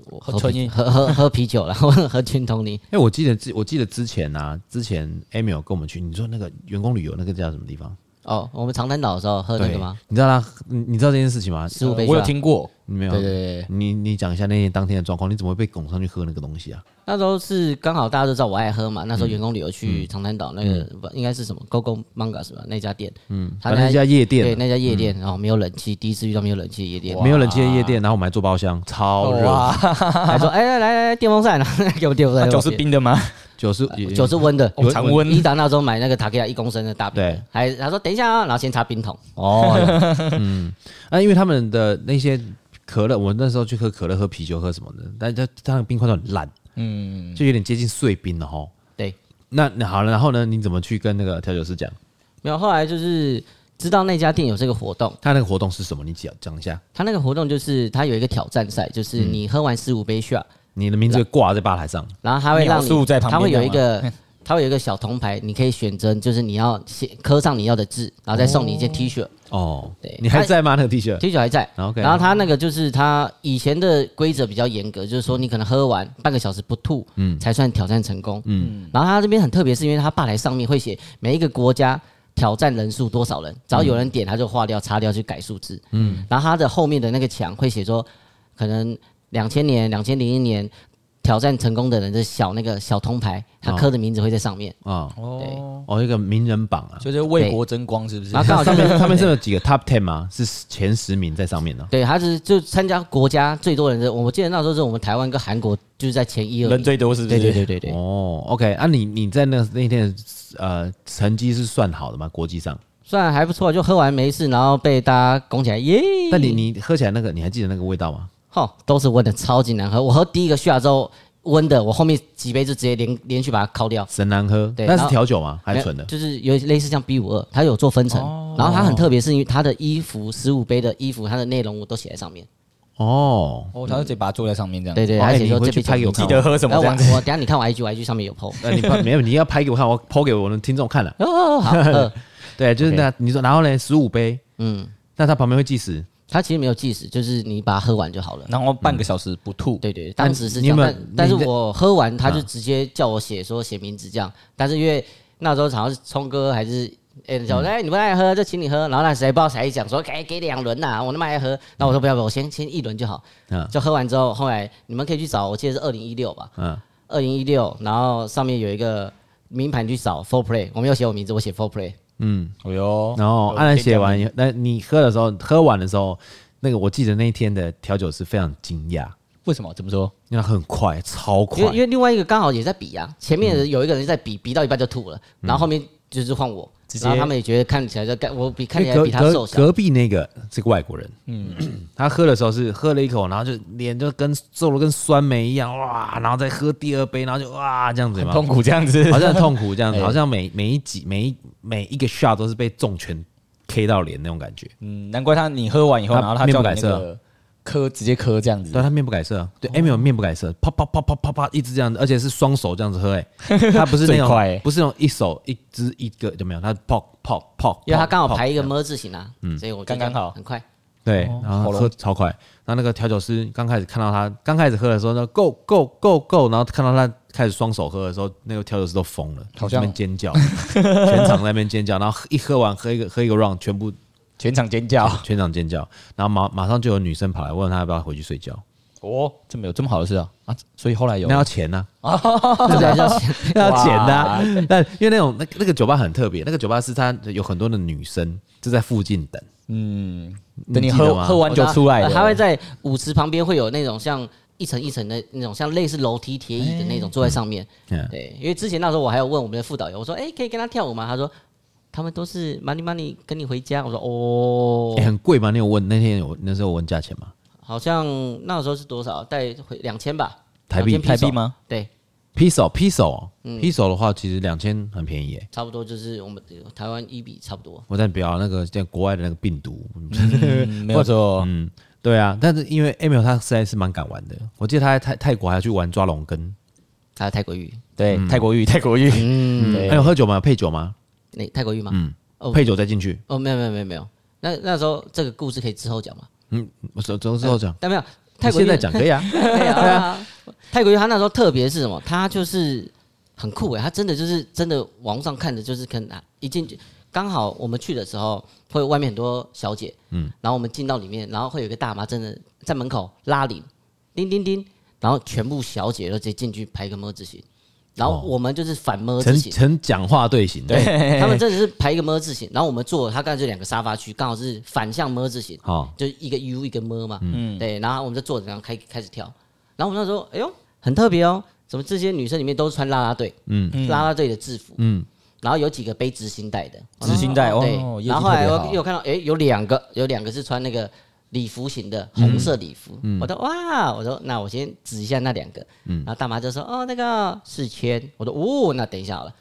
Speaker 3: 我
Speaker 4: 喝
Speaker 3: 喝
Speaker 4: 纯
Speaker 3: 啤
Speaker 4: 饮
Speaker 3: 喝喝喝啤酒啦，或 [LAUGHS] 者喝军统尼。
Speaker 1: 因为哎我记得之我记得之前啊，之前 Emil 跟我们去，你说那个员工旅游那个叫什么地方？
Speaker 3: 哦，我们长滩岛的时候喝那
Speaker 1: 对
Speaker 3: 个吗？？
Speaker 1: 你知道他，你你知道这件事情吗？
Speaker 3: 十五杯，
Speaker 4: 啊我有，听过，
Speaker 1: 没有，
Speaker 4: 对对对对
Speaker 1: 你你讲一下那天当天的状况，你怎么会被拱上去喝那个东西啊？
Speaker 3: 那时候是刚好大家都知道我爱喝嘛，那时候员工旅游去长滩岛那个、不应该是什么 g o g o Manga 是吧？那家店，嗯，
Speaker 1: 啊那家夜店啊
Speaker 3: 对那家夜店，然后没有冷气，第一次遇到没有冷气的夜店，
Speaker 1: 没有冷气的夜店，然后我们还做包厢，超热，
Speaker 4: 哇，
Speaker 3: [LAUGHS] 还说哎、来来来电风扇啊， [LAUGHS] 给我电风
Speaker 4: 那
Speaker 3: 扇，
Speaker 4: 酒是冰的吗？
Speaker 1: 九十
Speaker 3: 酒是温的，
Speaker 4: 哦常温
Speaker 3: 伊达那时候买那个塔克亚一公升的大瓶的
Speaker 1: 对，
Speaker 3: 还他说等一下啊，然后先插冰桶，
Speaker 1: 哦， [LAUGHS] 嗯，那、因为他们的那些可乐，我那时候去喝可乐、喝啤酒、喝什么的，但它它那个冰块都很烂，嗯，就有点接近碎冰了哈。
Speaker 3: 对，
Speaker 1: 那那好了，然后呢，你怎么去跟那个调酒师讲？
Speaker 3: 没有，后来就是知道那家店有这个活动，
Speaker 1: 他那个活动是什么？你讲讲一下。
Speaker 3: 他那个活动就是他有一个挑战赛，就是你喝完十五杯 shot，
Speaker 1: 你的名字会挂在吧台上，
Speaker 3: 然后他会让
Speaker 4: 秒数
Speaker 3: 你，
Speaker 4: 在旁边
Speaker 3: 他会有一个， [LAUGHS] 他会有一个小铜牌，你可以选择，就是你要写刻上你要的字，然后再送你一件 T 恤
Speaker 4: 嗯
Speaker 1: 哦，
Speaker 3: 对
Speaker 1: 你还在吗？那个 T 恤，
Speaker 3: ，T 恤还在。
Speaker 1: OK
Speaker 3: 然后他那个就是他以前的规则比较严格，就是说你可能喝完半个小时不吐，嗯，才算挑战成功，嗯。然后他这边很特别，是因为他吧台上面会写每一个国家。挑战人数多少人？只要有人点，他就划掉、擦掉去改数字。嗯，然后他的后面的那个墙会写说，可能两千年、两千零一年挑战成功的人的小那个小铜牌，他刻的名字会在上面。
Speaker 1: 啊、
Speaker 3: 对，
Speaker 4: 哦，
Speaker 1: 哦，一个名人榜啊，
Speaker 4: 就是为国争光，是不是？
Speaker 3: 然后刚好
Speaker 1: 上
Speaker 3: 就是
Speaker 1: 面上面是有几个 top ten 吗？是前十名在上面呢、
Speaker 3: 对，他是就参加国家最多人的，我记得那时候是我们台湾跟韩国就是在前一二
Speaker 4: [LAUGHS] 人
Speaker 3: 名。
Speaker 4: 最多，是不
Speaker 3: 对
Speaker 4: 是？
Speaker 3: 对对对对，
Speaker 1: 哦，OK，啊你，你在那那天的呃成绩是算好的吗？国际上？
Speaker 3: 虽然还不错，就喝完没事，然后被大家拱起来，耶！
Speaker 1: 但你你喝起来那个，你还记得那个味道吗？
Speaker 3: 吼都是温的，超级难喝。我喝第一个下之后温的，我后面几杯就直接连连续把它烤掉。
Speaker 1: 神难喝，
Speaker 3: 对
Speaker 1: 那
Speaker 3: 然
Speaker 1: 是
Speaker 3: 后
Speaker 1: 调酒吗？还是
Speaker 3: 没有
Speaker 1: 纯的？
Speaker 3: 就是有类似像 B 五二，它有做分层，然后它很特别，是因为它的衣服十五杯的衣服，它的内容物都写在上面。
Speaker 1: 哦，
Speaker 4: 哦，他就直接把它坐在上面这样。
Speaker 3: 对对，
Speaker 1: 哦哎
Speaker 3: 而且说
Speaker 1: 你回
Speaker 3: 这
Speaker 1: 去
Speaker 3: 杯
Speaker 1: 拍给我看
Speaker 4: 记得喝什么这
Speaker 3: 然哎后我
Speaker 4: 样子？
Speaker 3: 我等一下你看我 IG，我 IG 上面有 PO。
Speaker 1: 那你
Speaker 3: [LAUGHS]
Speaker 1: 不没有，你要拍给我看，我抛给我的听众看了。
Speaker 3: 哦， [LAUGHS] 好，呃
Speaker 1: 对，就是那你说，然后呢，十五杯，
Speaker 3: 嗯，
Speaker 1: 那它旁边会计时，
Speaker 3: 它其实没有计时，就是你把它喝完就好了。
Speaker 4: 然后
Speaker 1: 嗯
Speaker 4: 半个小时不吐。
Speaker 3: 对对，
Speaker 1: 但
Speaker 3: 当时是
Speaker 1: 你
Speaker 3: 这
Speaker 1: 有
Speaker 3: 样，
Speaker 1: 没有
Speaker 3: 但但是
Speaker 1: 你啊在
Speaker 3: 我喝完他就直接叫我写说写名字这样，但是因为那时候好像是聪哥还是。
Speaker 1: 嗯
Speaker 3: 哎、叫我说哎，你们爱喝就请你喝，然后那谁不知道谁讲说，给给两轮呐，我那么爱喝，那我说不要不要，我先先一轮就好
Speaker 1: 嗯。
Speaker 3: 就喝完之后，后来你们可以去找，我记得是二零一六吧，
Speaker 1: 嗯，
Speaker 3: 二零一六，然后上面有一个名盘去找 Four Play，我没有写我名字，我写 Four Play，
Speaker 4: 哎
Speaker 3: 哦
Speaker 4: 呦，
Speaker 1: 然后安然写完以后，那你喝的时候，喝完的时候，那个我记得那一天的调酒师非常惊讶，
Speaker 4: 为什么？怎么说？
Speaker 1: 因为它很快，超
Speaker 3: 因为因
Speaker 1: 快，
Speaker 3: 为另外一个刚好也在比啊，前面的有一个人在比，比到一半就吐了，然后后面就是换我，
Speaker 4: 直接
Speaker 3: 然后他们也觉得看起来就干我比看起
Speaker 1: 因为
Speaker 3: 来
Speaker 1: 隔
Speaker 3: 比他瘦
Speaker 1: 隔
Speaker 3: 小，
Speaker 1: 隔壁那个是个外国人，嗯，他喝的时候是喝了一口，然后就脸就跟皱的跟酸梅一样，哇，然后再喝第二杯，然后就哇这样子嘛，
Speaker 4: 痛苦这样子，
Speaker 1: 好像很痛苦这样
Speaker 3: [LAUGHS]
Speaker 1: 子，
Speaker 4: 哎
Speaker 1: 好像每每一集每一每一个 shot 都是被重拳 K 到脸那种感觉。
Speaker 4: 嗯，难怪他你喝完以后，
Speaker 1: 他
Speaker 4: 然后他叫你
Speaker 1: 面
Speaker 4: 那
Speaker 1: 不改色
Speaker 4: 个磕，直接磕这样子
Speaker 1: 对，。他面不改色啊，对，哎，没有面不改色，啪啪啪啪啪啪，一直这样子，而且是双手这样子
Speaker 3: [LAUGHS]
Speaker 1: 喝，哎，他不是那
Speaker 4: 最快
Speaker 3: 欸
Speaker 1: 种
Speaker 4: 哎
Speaker 1: 不是那种一手一只一个有没有？他泡泡泡，
Speaker 3: 因为他
Speaker 1: 泡
Speaker 3: 刚好
Speaker 1: 泡
Speaker 3: 排一个么字形啊，所以我就
Speaker 4: 刚刚好
Speaker 3: 很快。
Speaker 1: 对，
Speaker 4: 哦
Speaker 1: 然后
Speaker 4: 好咯
Speaker 1: 喝超快。然后那个调酒师刚开始看到他，刚开始喝的时候呢，go go go go，然后看到他开始双手喝的时候，那个调酒师都疯了，
Speaker 4: 好像
Speaker 1: 在那边尖叫，全场在那边尖叫，然后一喝完喝一个喝一个 round，全部
Speaker 4: 全场尖叫。
Speaker 1: 全场尖叫，然后马马上就有女生跑来问他要不要回去睡觉，
Speaker 4: [LAUGHS] 哦，这么有这么好的事啊啊！所以后来有
Speaker 1: 那要钱呢、
Speaker 3: 这才叫钱
Speaker 1: 那要钱的、啊。那因为那种那那个酒吧很特别，那个酒吧是它有很多的女生就在附近等，
Speaker 4: 等你
Speaker 1: 你记得
Speaker 4: 喝
Speaker 1: 吗
Speaker 4: 喝完酒出来
Speaker 3: 呃
Speaker 4: 的，
Speaker 3: 他会在舞池旁边会有那种像一层一层的那种像类似楼梯铁椅的那种坐在上面。
Speaker 1: 嗯，
Speaker 3: 对，因为之前那时候我还有问我们的副导游，我说：“哎，可以跟他跳舞吗？”他说：“他们都是 money money 跟你回家。”我说：“哦
Speaker 1: 诶，很贵吗？你有问那天有那时候有问价钱吗？
Speaker 3: 好像那时候是多少？带回两千吧，
Speaker 1: 台币
Speaker 3: 2000
Speaker 4: 台币
Speaker 3: 手？
Speaker 4: 吗？
Speaker 3: 对，
Speaker 1: p i s o p i s o p i s o 的话其实两千很便宜耶。
Speaker 3: 差不多就是我们呃台湾一比差不多。
Speaker 1: 我但不要那个在国外的那个病毒，
Speaker 4: [LAUGHS] 嗯，没有错，
Speaker 1: 嗯，对啊，但是因为 Emil 他实在是蛮敢玩的，我记得他在泰泰国还去玩抓龙根，
Speaker 3: 还有泰国浴，
Speaker 4: 对，泰国浴，泰国 [LAUGHS] 浴，
Speaker 3: 嗯，
Speaker 4: 哎
Speaker 1: 还哎有喝酒吗？配酒吗？
Speaker 3: 那泰国浴吗？
Speaker 1: 嗯
Speaker 3: 哦，
Speaker 1: 配酒再进去，
Speaker 3: 哦，没有没有没有没有，那那时候这个故事可以之后讲嘛？
Speaker 1: 嗯，我总总之后讲，
Speaker 3: 但没有泰国
Speaker 1: 现
Speaker 3: 浴
Speaker 1: 在讲可以啊，
Speaker 3: 对啊，泰国瑜他那时候特别是欸什么？他就是很酷哎、他真的就是真的网上看的，就是可能啊一进去刚好我们去的时候，会有外面很多小姐，嗯，然后我们进到里面，然后会有一个大妈真的在门口拉铃，叮叮叮，然后全部小姐都直接进去排个么字形，然后我们就是反么字
Speaker 1: 成
Speaker 3: [LAUGHS] 形，
Speaker 1: 成讲话队形，对，
Speaker 4: 哎
Speaker 3: 他们真的是排一个么字形，然后我们坐，他刚才就两个沙发区，刚好是反向么字形，
Speaker 1: 好，
Speaker 3: 就一个 U 一个么嘛，嗯，对，然后我们就坐着，然后开开始跳，然后我们那时候，哎呦，很特别哦，怎么这些女生里面都是穿啦啦队，嗯，啦啦队的制服，嗯，然后有几个背执行带的，
Speaker 4: 执行带哦，业绩
Speaker 3: 对，然后后
Speaker 4: 特
Speaker 3: 来
Speaker 4: 别
Speaker 3: 我
Speaker 4: 好
Speaker 3: 又看到，哎，有两个，有两个是穿那个礼服型的红色礼服，
Speaker 4: 嗯
Speaker 3: 我说哇，我说那我先指一下那两个，然后大妈就说哦那个四千，我说哦那等一下好了，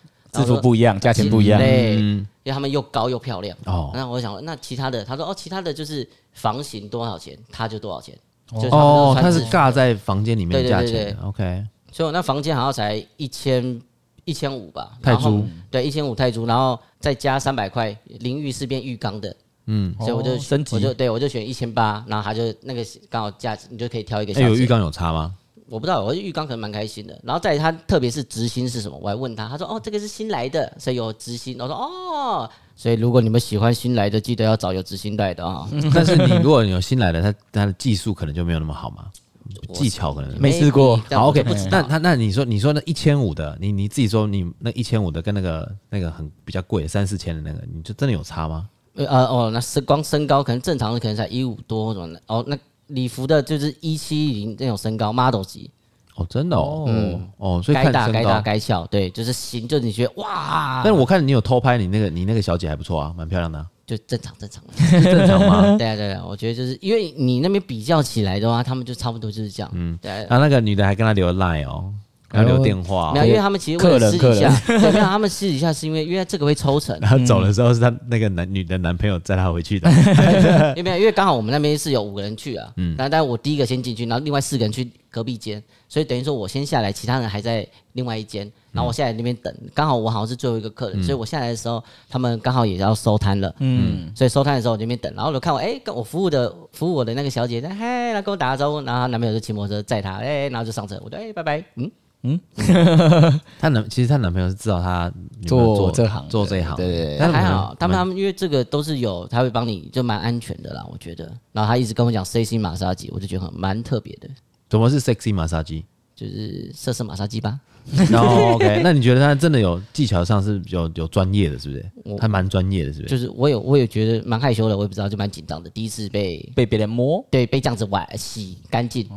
Speaker 4: [LAUGHS] 制
Speaker 3: 然后我
Speaker 4: 服
Speaker 3: 说
Speaker 4: 不一样，价钱不一样，嗯
Speaker 3: 对，
Speaker 1: 嗯
Speaker 3: 因为他们又高又漂亮。
Speaker 1: 哦
Speaker 3: 哦，那我想，那其他的，他说哦，其他的就是房型多少钱，他就多少钱。就是他们都
Speaker 1: 哦，
Speaker 3: 穿
Speaker 1: 他是
Speaker 3: 制服
Speaker 1: 尬在房间里面的价
Speaker 3: 对
Speaker 1: 钱
Speaker 3: 对对
Speaker 1: 的，OK，
Speaker 3: 所以我那房间好像才一千一千五吧，
Speaker 1: 泰
Speaker 3: 然后
Speaker 1: 铢，
Speaker 3: 对，一千五泰铢，然后再加三百块淋浴是变浴缸的。嗯，所以我就、
Speaker 4: 哦升级
Speaker 3: 我就对我就选一千八，然后他就那个刚好价，你就可以挑一个小
Speaker 1: 哎，
Speaker 3: 姐。
Speaker 1: 有浴缸有差
Speaker 3: [LAUGHS]
Speaker 1: 吗？
Speaker 3: 我不知道，我浴缸可能蛮开心的。然后再来他特别是执行是什么，我还问他，他说哦这个是新来的，所以有执行。我说哦，所以如果你们喜欢新来的，记得要找有执行带的啊、
Speaker 1: 但是你如果有新来的，他他的技术可能就没有那么好嘛，技巧可能
Speaker 4: 没试过
Speaker 3: Maybe，但
Speaker 1: 好
Speaker 3: 我就
Speaker 1: ，OK
Speaker 3: 不知。
Speaker 1: 那
Speaker 3: 道。
Speaker 1: 那那你说，你说那一千五的，你你自己说，你那一千五的跟那个那个很比较贵的三四千的那个，你就真的有差吗？
Speaker 3: 呃哦，那身光身高可能正常的可能才一五多什么的。哦，那礼服的就是一七零那种身高 model 级，
Speaker 1: 哦，真的哦，嗯，哦，所以
Speaker 3: 该
Speaker 1: 看
Speaker 3: 大
Speaker 1: 身
Speaker 3: 该
Speaker 1: 高
Speaker 3: 大。该小，对，就是型，就是你觉得哇，
Speaker 1: 但我看你有偷拍你那个你那个小姐还不错啊，蛮漂亮的
Speaker 3: [LAUGHS]
Speaker 1: 啊，
Speaker 3: 就正常正常。
Speaker 1: 是正常吗？
Speaker 3: 对啊对啊，我觉得就是因为你那边比较起来的话，他们就差不多就是这样。嗯，对啊。
Speaker 1: 啊，那个女的还跟他留 line 哦，还留电话
Speaker 3: 哎没
Speaker 1: 哦、
Speaker 3: 有，因为他们其实为了私
Speaker 4: 客
Speaker 3: 底
Speaker 4: 人
Speaker 3: 下，对，没有，他们私底下是因为因为这个会抽成，
Speaker 1: 然后走的时候是她那个男女的男朋友载她回去的，
Speaker 3: 嗯因为 [LAUGHS] 没有因为刚好我们那边是有五个人去啊，嗯，但但我第一个先进去，然后另外四个人去隔壁间，所以等于说我先下来，其他人还在另外一间，然后我下来那边等，刚好我好像是最后一个客人，所以我下来的时候，他们刚好也要收摊了，嗯，所以收摊的时候我这边等，然后我就看我哎，跟我服务的服务我的那个小姐，嗨，来跟我打个招呼，然后她男朋友就骑摩托车载她，哎，然后就上车，我就哎拜拜，嗯，
Speaker 1: 她男其实她男朋友是知道她女朋友
Speaker 4: 做这行的
Speaker 1: 做这一行，
Speaker 4: 对对对
Speaker 1: 但
Speaker 3: 哎还好，他们他们因为这个都是有，他会帮你就蛮安全的啦，我觉得。然后他一直跟我讲 CC 马杀鸡，我就觉得很蛮特别的，
Speaker 1: 怎么是 sexy 马杀
Speaker 3: [LAUGHS]
Speaker 1: 鸡？
Speaker 3: 就是色色马杀鸡吧。
Speaker 1: 然后哦 OK，那你觉得她真的有技巧上是有有专业的，是不是？
Speaker 3: 我
Speaker 1: 还蛮专业的，是不是？
Speaker 3: 就是我有我也觉得蛮害羞的，我也不知道，就蛮紧张的，第一次被
Speaker 4: 被别人摸
Speaker 3: 对被这样子玩洗干净，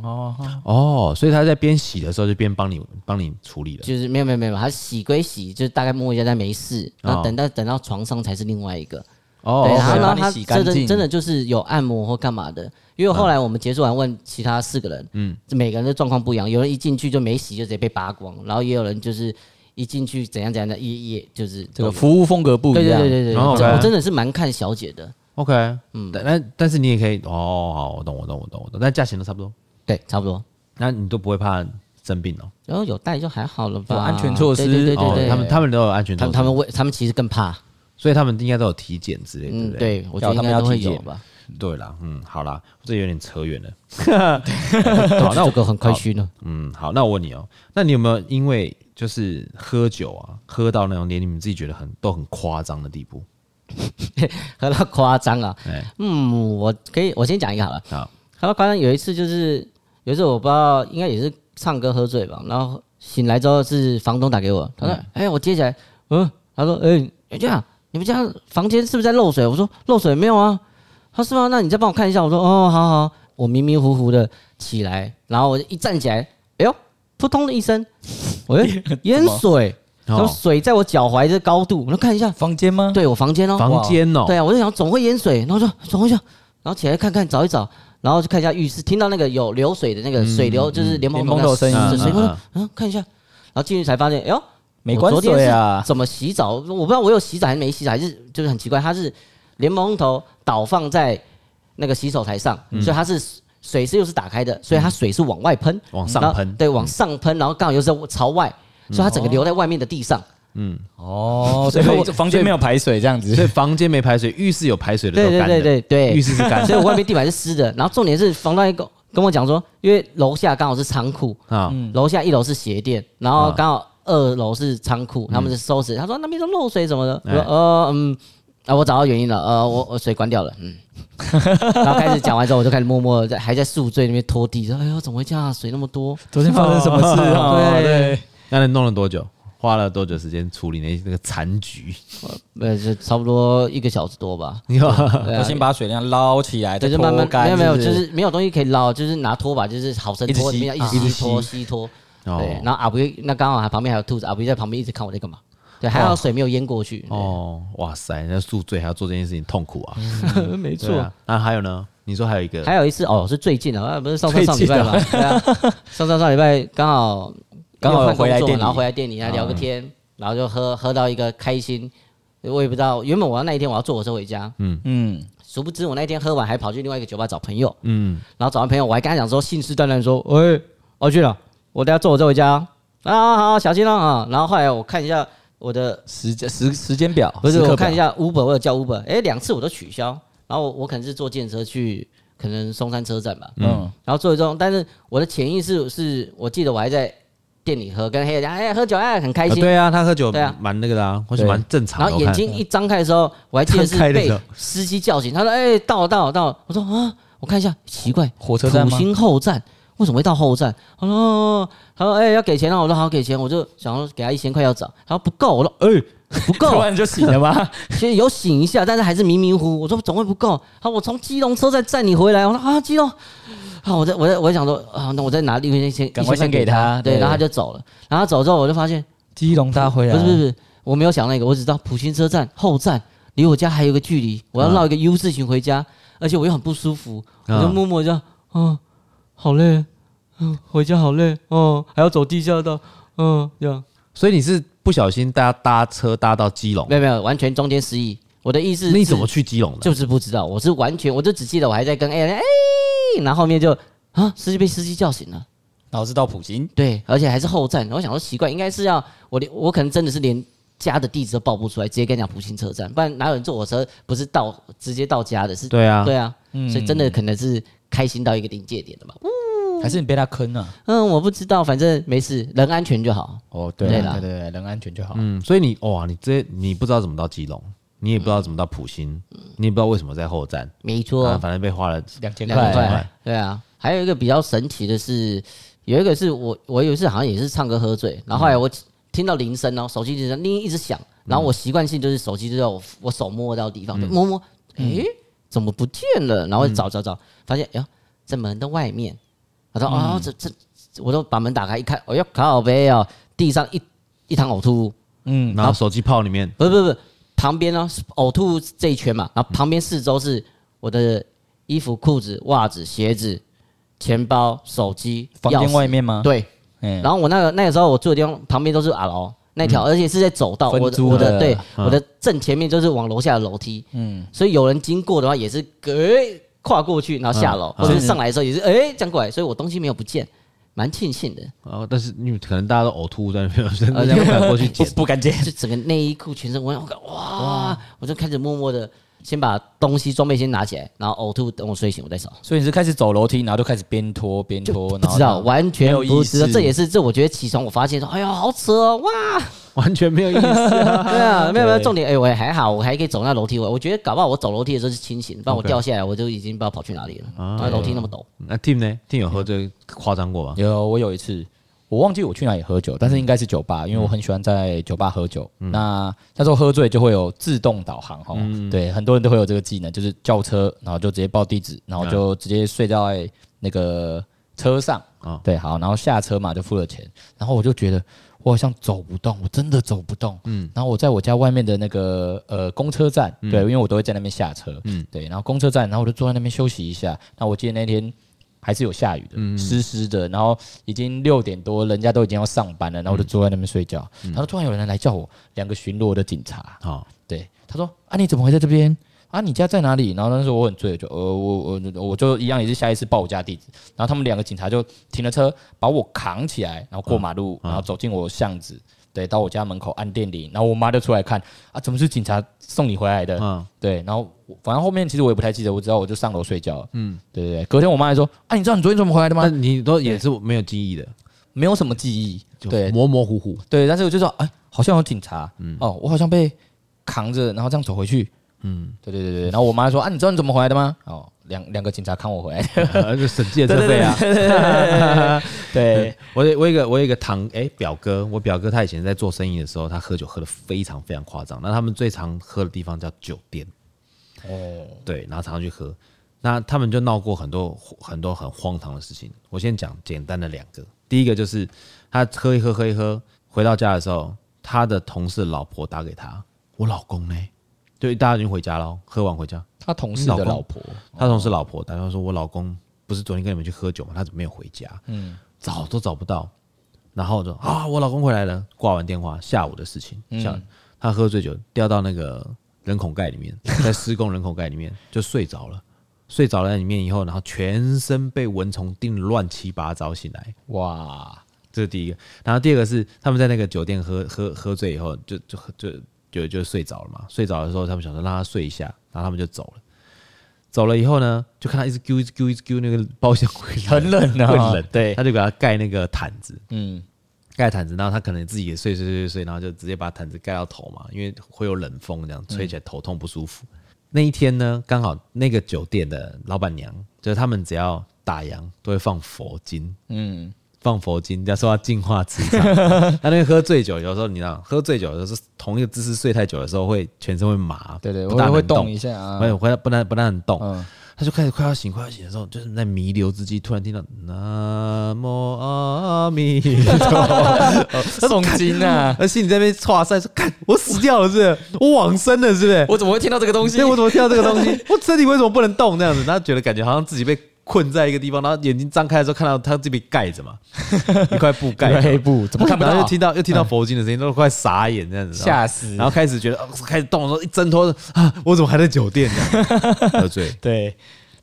Speaker 1: 哦，所以她在边洗的时候就边帮你帮你处理了。
Speaker 3: 就是没有没有没有，他洗归洗，就是大概摸一下但没事，然后等到等到床上才是另外一个。
Speaker 1: 哦
Speaker 3: 对，然后
Speaker 4: 哦，OK
Speaker 3: 呢
Speaker 4: 帮你
Speaker 3: 他
Speaker 4: 洗
Speaker 3: 真
Speaker 4: 干
Speaker 3: 的
Speaker 4: 净
Speaker 3: 真的就是有按摩或干嘛的，因为后来我们结束完问其他四个人，嗯，每个人的状况不一样，有人一进去就没洗就直接被扒光，然后也有人就是一进去怎样怎样的，也也就是
Speaker 4: 这个服务风格不
Speaker 3: 对
Speaker 4: 一
Speaker 3: 对
Speaker 4: 样，
Speaker 3: 对对对，对
Speaker 1: 然后
Speaker 3: 这
Speaker 1: 呢
Speaker 3: 我真的是蛮看小姐的，
Speaker 1: OK，嗯，但但但是你也可以哦，好，我懂，我懂，我懂，我懂，但价钱都差不多，
Speaker 3: 对，差不多。
Speaker 1: 那你都不会怕生病哦？
Speaker 3: 然后有带就还好了吧，
Speaker 4: 有安全措施
Speaker 3: 对对对对
Speaker 1: 哦
Speaker 3: 对，
Speaker 1: 他们他们都有安全
Speaker 3: 他
Speaker 1: 措
Speaker 3: 们
Speaker 1: 施，
Speaker 3: 他们为他们其实更怕，
Speaker 1: 所以他们应该都有体检之类，对
Speaker 3: 嗯
Speaker 1: 不，对？
Speaker 3: 对，我觉得
Speaker 4: 要他
Speaker 3: 应
Speaker 4: 们
Speaker 3: 该都
Speaker 4: 要
Speaker 3: 会
Speaker 4: 体检
Speaker 3: 有吧，
Speaker 1: 对啦，嗯，好啦，这有点扯远了。
Speaker 3: 好，那
Speaker 1: 我
Speaker 3: 这个很快虚呢， [LAUGHS]
Speaker 1: 嗯，好，那我问你哦，那你有没有因为就是喝酒啊，喝到那种连你们自己觉得很都很夸张的地步？
Speaker 3: 喝到夸张啊
Speaker 1: 哎，
Speaker 3: 嗯，我可以我先讲一个好了。
Speaker 1: 好，
Speaker 3: 他到刚刚有一次就是有一次我不知道，应该也是唱歌喝醉吧，然后醒来之后是房东打给我，他说：“哎、我接起来，嗯，他说，哎、哎这样你们家房间是不是在漏水？”我说：“漏水没有啊。”他说：“是吗？那你再帮我看一下。”我说：“哦，好好。”我迷迷糊糊的起来，然后我一站起来，哎呦，扑通的一声，我就淹水，然后
Speaker 1: 哦，
Speaker 3: 水在我脚踝的高度，我就看一下，
Speaker 4: 房间吗？
Speaker 3: 对我房间哦，
Speaker 1: 房间哦，
Speaker 3: 对啊，我就想总会淹水，然后说总会想，然后起来看看找一找，然后就看一下浴室，听到那个有流水的那个水流，就是莲蓬
Speaker 4: 莲蓬头
Speaker 3: 的
Speaker 4: 声音
Speaker 3: 水
Speaker 1: 嗯嗯
Speaker 3: 水流
Speaker 1: 嗯，
Speaker 3: 嗯，看一下，然后进去才发现，哎呦，
Speaker 4: 没
Speaker 3: 我
Speaker 4: 关
Speaker 3: 昨天
Speaker 4: 系
Speaker 3: 是
Speaker 4: 啊，
Speaker 3: 怎么洗澡？我不知道我有洗澡还是没洗澡，还是就是很奇怪，它是莲蓬头倒放在那个洗手台上，
Speaker 1: 嗯
Speaker 3: 所以它是。水是又是打开的，所以它水是往外喷，
Speaker 1: 往上
Speaker 3: 然后
Speaker 1: 喷嗯
Speaker 3: 对，往上喷，然后刚好又是朝外，所以它整个留在外面的地上。
Speaker 4: 哦， [LAUGHS] 所以我房间没有排水这样
Speaker 1: 所以
Speaker 4: 子，
Speaker 1: 房间没排水，浴室有排水的，
Speaker 3: 对对
Speaker 1: 有干的
Speaker 3: 对对对，
Speaker 1: 浴室是干
Speaker 3: 所
Speaker 1: 的
Speaker 3: 以我外面地板是湿的。然后重点是房东还跟跟我讲说，因为楼下刚好是仓库，
Speaker 1: 啊，
Speaker 2: 嗯
Speaker 3: 楼下一楼是鞋店，然
Speaker 2: 啊嗯
Speaker 3: 后刚好二楼是仓库，他们是收拾。他说那边都漏水什么的，我说
Speaker 1: 哎
Speaker 3: 呃嗯，啊，我找到原因了，呃，我我水关掉了，嗯，然后开始讲完之后，我就开始默默地在还在宿醉那边拖地，说，哎呦，怎么会这样啊、水那么多？
Speaker 4: [LAUGHS] 昨天发生什么事啊？[LAUGHS]
Speaker 3: 对
Speaker 4: 对，
Speaker 1: 那你弄了多久？花了多久时间处理那那个残局？
Speaker 3: 呃，就差不多一个小时多吧。
Speaker 1: 你
Speaker 4: 哦
Speaker 1: 看，
Speaker 4: [LAUGHS]
Speaker 3: 对
Speaker 2: 我
Speaker 3: 啊，
Speaker 2: 先把水量捞起来，
Speaker 3: 对，
Speaker 2: 再
Speaker 3: 就慢慢
Speaker 2: 拖干
Speaker 3: 没有没有，
Speaker 2: 是不
Speaker 3: 就是是没有东西可以捞，就是拿拖把，就是好生
Speaker 2: 一直
Speaker 3: 拖，
Speaker 2: 吸
Speaker 3: 里面要
Speaker 2: 啊
Speaker 3: 一
Speaker 2: 一直
Speaker 3: 直
Speaker 2: 吸
Speaker 3: 拖吸拖。
Speaker 1: 哦
Speaker 3: 对，然后阿布那刚好还旁边还有兔子，阿布在旁边一直看我在干嘛。对，还好水没有淹过去。哦，
Speaker 1: 哦，哇塞，那宿醉还要做这件事情，痛苦啊！
Speaker 3: 没
Speaker 1: 对啊，那还有呢？你说还有一个，
Speaker 3: 嗯还有一次哦，是最近的，啊不是上上
Speaker 1: 最
Speaker 3: 上礼
Speaker 1: 近
Speaker 3: 拜
Speaker 1: 的
Speaker 3: 嘛？对啊，上上上礼拜刚好
Speaker 2: 刚好
Speaker 3: 因为换
Speaker 2: 回来
Speaker 3: 工作
Speaker 2: 店里
Speaker 3: 然后回来店里还聊个天，然后就喝喝到一个开心。我也不知道，原本我要那一天我要坐火车回家，
Speaker 2: 嗯，
Speaker 3: 殊不知我那天喝完还跑去另外一个酒吧找朋友，
Speaker 1: 嗯，
Speaker 3: 然后找完朋友我还跟他讲说信誓旦旦说，喂、我去了，我等下坐火车回家啊，啊好小心哦啊。然后后来我看一下我的
Speaker 2: 时间时时间
Speaker 4: 哦
Speaker 2: 表
Speaker 3: 不是，
Speaker 2: 时刻表
Speaker 3: 我看一下 Uber，我有叫 Uber，哎，两次我都取消。然后我我可能是坐电车去，可能松山车站吧，
Speaker 2: 嗯，
Speaker 3: 然后坐一坐，但是我的潜意识是我记得我还在店里喝，跟黑人讲，哎，喝酒哎，很开
Speaker 1: 啊
Speaker 3: 心。
Speaker 1: 对啊，他喝酒
Speaker 3: 对啊
Speaker 1: 蛮那个的啊，或许蛮正常的。
Speaker 3: 然后
Speaker 1: 我
Speaker 3: 眼
Speaker 1: 看
Speaker 3: 睛一张开的时候，我还记得是
Speaker 1: 张开的
Speaker 3: 被
Speaker 1: 时候
Speaker 3: 司机叫醒，他说：“哎，到了到了到了。”我说：“啊，我看一下，奇怪，
Speaker 4: 火车站
Speaker 3: 土
Speaker 4: 吗？
Speaker 3: 星后站为什么会到后站？”他说哦：“他说哎、要给钱了。”我说：“好，给钱。”我就想要给他一千块要找，他说：“不够。”我说：“哎、不够。”
Speaker 4: 突然就醒了 [LAUGHS] 吗？
Speaker 3: 其实有醒一下，但是还是迷迷糊糊。我说总会不够。好，我从基隆车站载你回来。我说啊，基隆。啊，我在我在我在想说啊，那我再拿另外一些，
Speaker 4: 赶快先
Speaker 3: 一千块
Speaker 4: 给他
Speaker 3: 对，
Speaker 4: 对
Speaker 3: 然后他就走了。然后他走之后，我就发现
Speaker 4: 基隆大啊回来，
Speaker 3: 不是不是不是，我没有想那个，我只知道普兴车站后站离我家还有一个距离，我要绕一个 U 字形回家，而且我又很不舒服，
Speaker 1: 啊
Speaker 3: 我就默默这样，嗯，好累，嗯，回家好累，哦，还要走地下道，嗯，这样
Speaker 1: 所以你是不小心搭搭车搭到基隆
Speaker 3: 没，有没有，完全中间失忆。我的意思是，
Speaker 1: 那你怎么去基隆的？
Speaker 3: 就是不知道，我是完全，我就只记得我还在跟 A 哎，然后后面就啊，司机被司机叫醒了，
Speaker 2: 然后是到普京，
Speaker 3: 对，而且还是后站，我想说奇怪，应该是要我连我可能真的是连家的地址都报不出来，直接跟你讲普兴车站，不然哪有人坐火车不是到直接到家的？是，
Speaker 1: 对啊，
Speaker 3: 对啊，所以真的可能是开心到一个临界点了吧？
Speaker 4: 还是你被他坑啊了？
Speaker 3: 嗯，我不知道，反正没事，人安全就好。
Speaker 4: 哦，对
Speaker 3: 对
Speaker 4: 对
Speaker 3: 啦
Speaker 4: 对对，人安全就好。
Speaker 1: 嗯，所以你哇，你这你不知道怎么到基隆，你也不知道怎么到普兴，你也不知道为什么在后站，
Speaker 3: 没
Speaker 1: 啊，
Speaker 3: 错，
Speaker 1: 反正被花了。
Speaker 4: 两千
Speaker 3: 两
Speaker 4: 块，
Speaker 3: 千
Speaker 1: 块
Speaker 3: 块，对啊。还有一个比较神奇的是，有一个是我我有一次好像也是唱歌喝醉，然后后来我听到铃声哦，手机铃声铃一直响，然后我习惯性就是手机就在我我手摸到的地方，就摸摸，诶，怎么不见了？然后找找找，发现哎呀，在门的外面。他说啊，这这，我都把门打开一看，哎呦，靠背哦，地上一一滩呕吐物，
Speaker 4: 嗯，
Speaker 1: 然后手机泡里面，
Speaker 3: 不是不是不是，旁边呢是呕吐物这一圈嘛，然后旁边四周是我的衣服、裤子、袜子、鞋子、钱包、手机、
Speaker 4: 房
Speaker 3: 钥
Speaker 4: 间
Speaker 3: 匙
Speaker 4: 外面吗？
Speaker 3: 对，
Speaker 4: 嗯，
Speaker 3: 然后我那个那个时候我住的地方旁边都是阿楼那条，而且是在走道，
Speaker 4: 分
Speaker 3: 我的
Speaker 4: 租
Speaker 3: 我
Speaker 4: 的
Speaker 3: 的对、
Speaker 1: 嗯
Speaker 3: 我的正前面就是往楼下的楼梯，嗯，所以有人经过的话也是隔跨过去，然后下楼，
Speaker 1: 嗯嗯
Speaker 3: 或者是上来的时候也是哎这样过来，所以我东西没有不见，蛮庆幸的，
Speaker 1: 哦，但是因为可能大家都呕吐在那
Speaker 3: [LAUGHS]
Speaker 1: 边，真
Speaker 3: 呃
Speaker 1: 的不敢过去
Speaker 4: [LAUGHS]
Speaker 2: 不
Speaker 1: 捡。
Speaker 2: 不敢接，
Speaker 3: 就整个内衣裤全身我看哇，我就开始默默的先把东西装备先拿起来，然后呕吐，等我睡醒我再扫。
Speaker 2: 所以你是开始走楼梯，然后就开始边拖边
Speaker 3: 就
Speaker 2: 拖，
Speaker 3: 不知道，完全
Speaker 2: 没有
Speaker 3: 不
Speaker 2: 意
Speaker 3: 知道，
Speaker 2: 识
Speaker 3: 这也是这我觉得起床我发现说，哎呀好扯哦，
Speaker 2: [LAUGHS]
Speaker 3: 哇，
Speaker 1: 完全没有意思、啊。
Speaker 3: 对啊，没有没有重点，哎、我也还好，我还可以走那楼梯，我我觉得搞不好我走楼梯的时候是清醒，不然我掉下来我就已经不知道跑去哪里了，
Speaker 2: 啊
Speaker 3: 那楼梯那么陡，
Speaker 1: 那 Tim 呢？Tim 有喝醉夸张过吗？
Speaker 4: 有，我有一次，我忘记我去哪里喝酒，但是应该是酒吧，因为我很喜欢在酒吧喝酒。那那时候喝醉就会有自动导航哈，对，很多人都会有这个技能，就是叫车，然后就直接报地址，然后就直接睡在那个车上。
Speaker 1: 啊
Speaker 4: 对，好，然后下车嘛就付了钱，然后我就觉得我好像走不动，我真的走不动。嗯，然后我在我家外面的那个呃公车站，对，因为我都会在那边下车。嗯，对，然后公车站，然后我就坐在那边休息一下。那我记得那天还是有下雨的，湿湿的，然后已经六点多，人家都已经要上班了，然后我就坐在那边睡觉。然后突然有人来叫我，两个巡逻的警察，
Speaker 1: 好、
Speaker 4: 对，他说啊，你怎么会在这边？啊，你家在哪里？然后那时候我很醉，就呃，我我我就一样也是下意识报我家地址。然后他们两个警察就停了车，把我扛起来，然后过马路，然后走进我巷子，对，到我家门口按电铃。然后我妈就出来看，啊，怎么是警察送你回来的？
Speaker 1: 嗯，
Speaker 4: 对，然后我反正后面其实我也不太记得，我知道我就上楼睡觉。嗯，对对对。隔天我妈还说，啊，你知道你昨天怎么回来的
Speaker 1: 那
Speaker 4: 吗？
Speaker 1: 你都也是没有记忆的，
Speaker 4: 没有什么记忆，
Speaker 1: 就
Speaker 4: 对，
Speaker 1: 模模糊
Speaker 3: [LAUGHS]
Speaker 1: 糊。嗯
Speaker 4: 对，但是我就说，哎，好像有警察，哦，我好像被扛着，然后这样走回去，嗯，对对对对。然后我妈说啊，你知道你怎么回来的吗？哦，两两个警察看我回来的。
Speaker 1: 呃就审
Speaker 4: [LAUGHS]
Speaker 1: 计的这费啊。
Speaker 4: 对，
Speaker 1: [LAUGHS] 我有我有一个我有一个堂哎、表哥，我表哥他以前在做生意的时候，他喝酒喝的非常非常夸张。那他们最常喝的地方叫酒店，
Speaker 4: 哦，
Speaker 1: 对，然后常常去喝。那他们就闹过很多很多很荒唐的事情。我先讲简单的两个，第一个就是他喝一喝喝一喝，回到家的时候，他的同事老婆打给他，我老公呢？对，大家已经回家了，哦喝完回家，
Speaker 4: 他同事
Speaker 1: 老
Speaker 4: 的
Speaker 1: 公
Speaker 4: 老婆，
Speaker 1: 他同事老婆打电话说：“我老公不是昨天跟你们去喝酒吗？他怎么没有回家？嗯，找都找不到。”然后我就啊，我老公回来了。挂完电话，下午的事情，像、他喝醉酒掉到那个人孔盖里面，在施工人孔盖里面就睡着了。睡着了在里面以后，然后全身被蚊虫叮得乱七八糟，醒来。
Speaker 4: 哇，
Speaker 1: 这是第一个。然后第二个是他们在那个酒店喝喝喝醉以后，就就就就就睡着了嘛。睡着的时候，他们想说让他睡一下，然后他们就走了。走了以后呢，就看他一直揪一直揪一直揪那个包厢会
Speaker 4: 很冷啊
Speaker 1: 会冷，
Speaker 4: 对
Speaker 1: 他就给他盖那个毯子，
Speaker 4: 嗯，
Speaker 1: 盖毯子，然后他可能自己也睡睡睡睡，然后就直接把毯子盖到头嘛，因为会有冷风，这样吹起来头痛不舒服。那一天呢，刚好那个酒店的老板娘，就是他们只要打烊都会放佛经，嗯，放佛经，人家说要净化磁场。他那个喝醉酒，有时候你知道，喝醉酒有时候同一个姿势睡太久的时候，会全身会麻，
Speaker 4: 对对，
Speaker 1: 不
Speaker 4: 我
Speaker 1: 大
Speaker 4: 也
Speaker 1: 能
Speaker 4: 会
Speaker 1: 动哎嗯
Speaker 4: 动一下啊
Speaker 1: 没。
Speaker 4: [LAUGHS]
Speaker 1: 有，回来不但不但很动，
Speaker 4: 嗯
Speaker 1: 他就开始快要醒，快要醒的时候，就是在弥留之际，突然听到“南无阿弥陀
Speaker 4: 诵经
Speaker 1: [LAUGHS]，
Speaker 4: 啊”，
Speaker 1: 而心里在那边唰塞说：“看，我死掉了是不是？我往生了是不是？
Speaker 2: 我怎么会听到这个东西
Speaker 1: 所以？我怎么听到这个东西？ [LAUGHS] 我身体为什么不能动？”这样子，他觉得感觉好像自己被困在一个地方，然后眼睛张开的时候，看到他自己被盖
Speaker 4: [LAUGHS]
Speaker 1: 着嘛，一块布盖着，
Speaker 4: 黑布怎么看不
Speaker 1: 然后
Speaker 4: 到
Speaker 1: 又？听到又听到佛经的声音，都快傻眼这样子，
Speaker 4: 吓死
Speaker 1: 然后开始觉得、哦、开始动的时候，一挣脱啊，我怎么还在酒店这
Speaker 4: [LAUGHS]
Speaker 1: 样？喝醉，
Speaker 4: 对，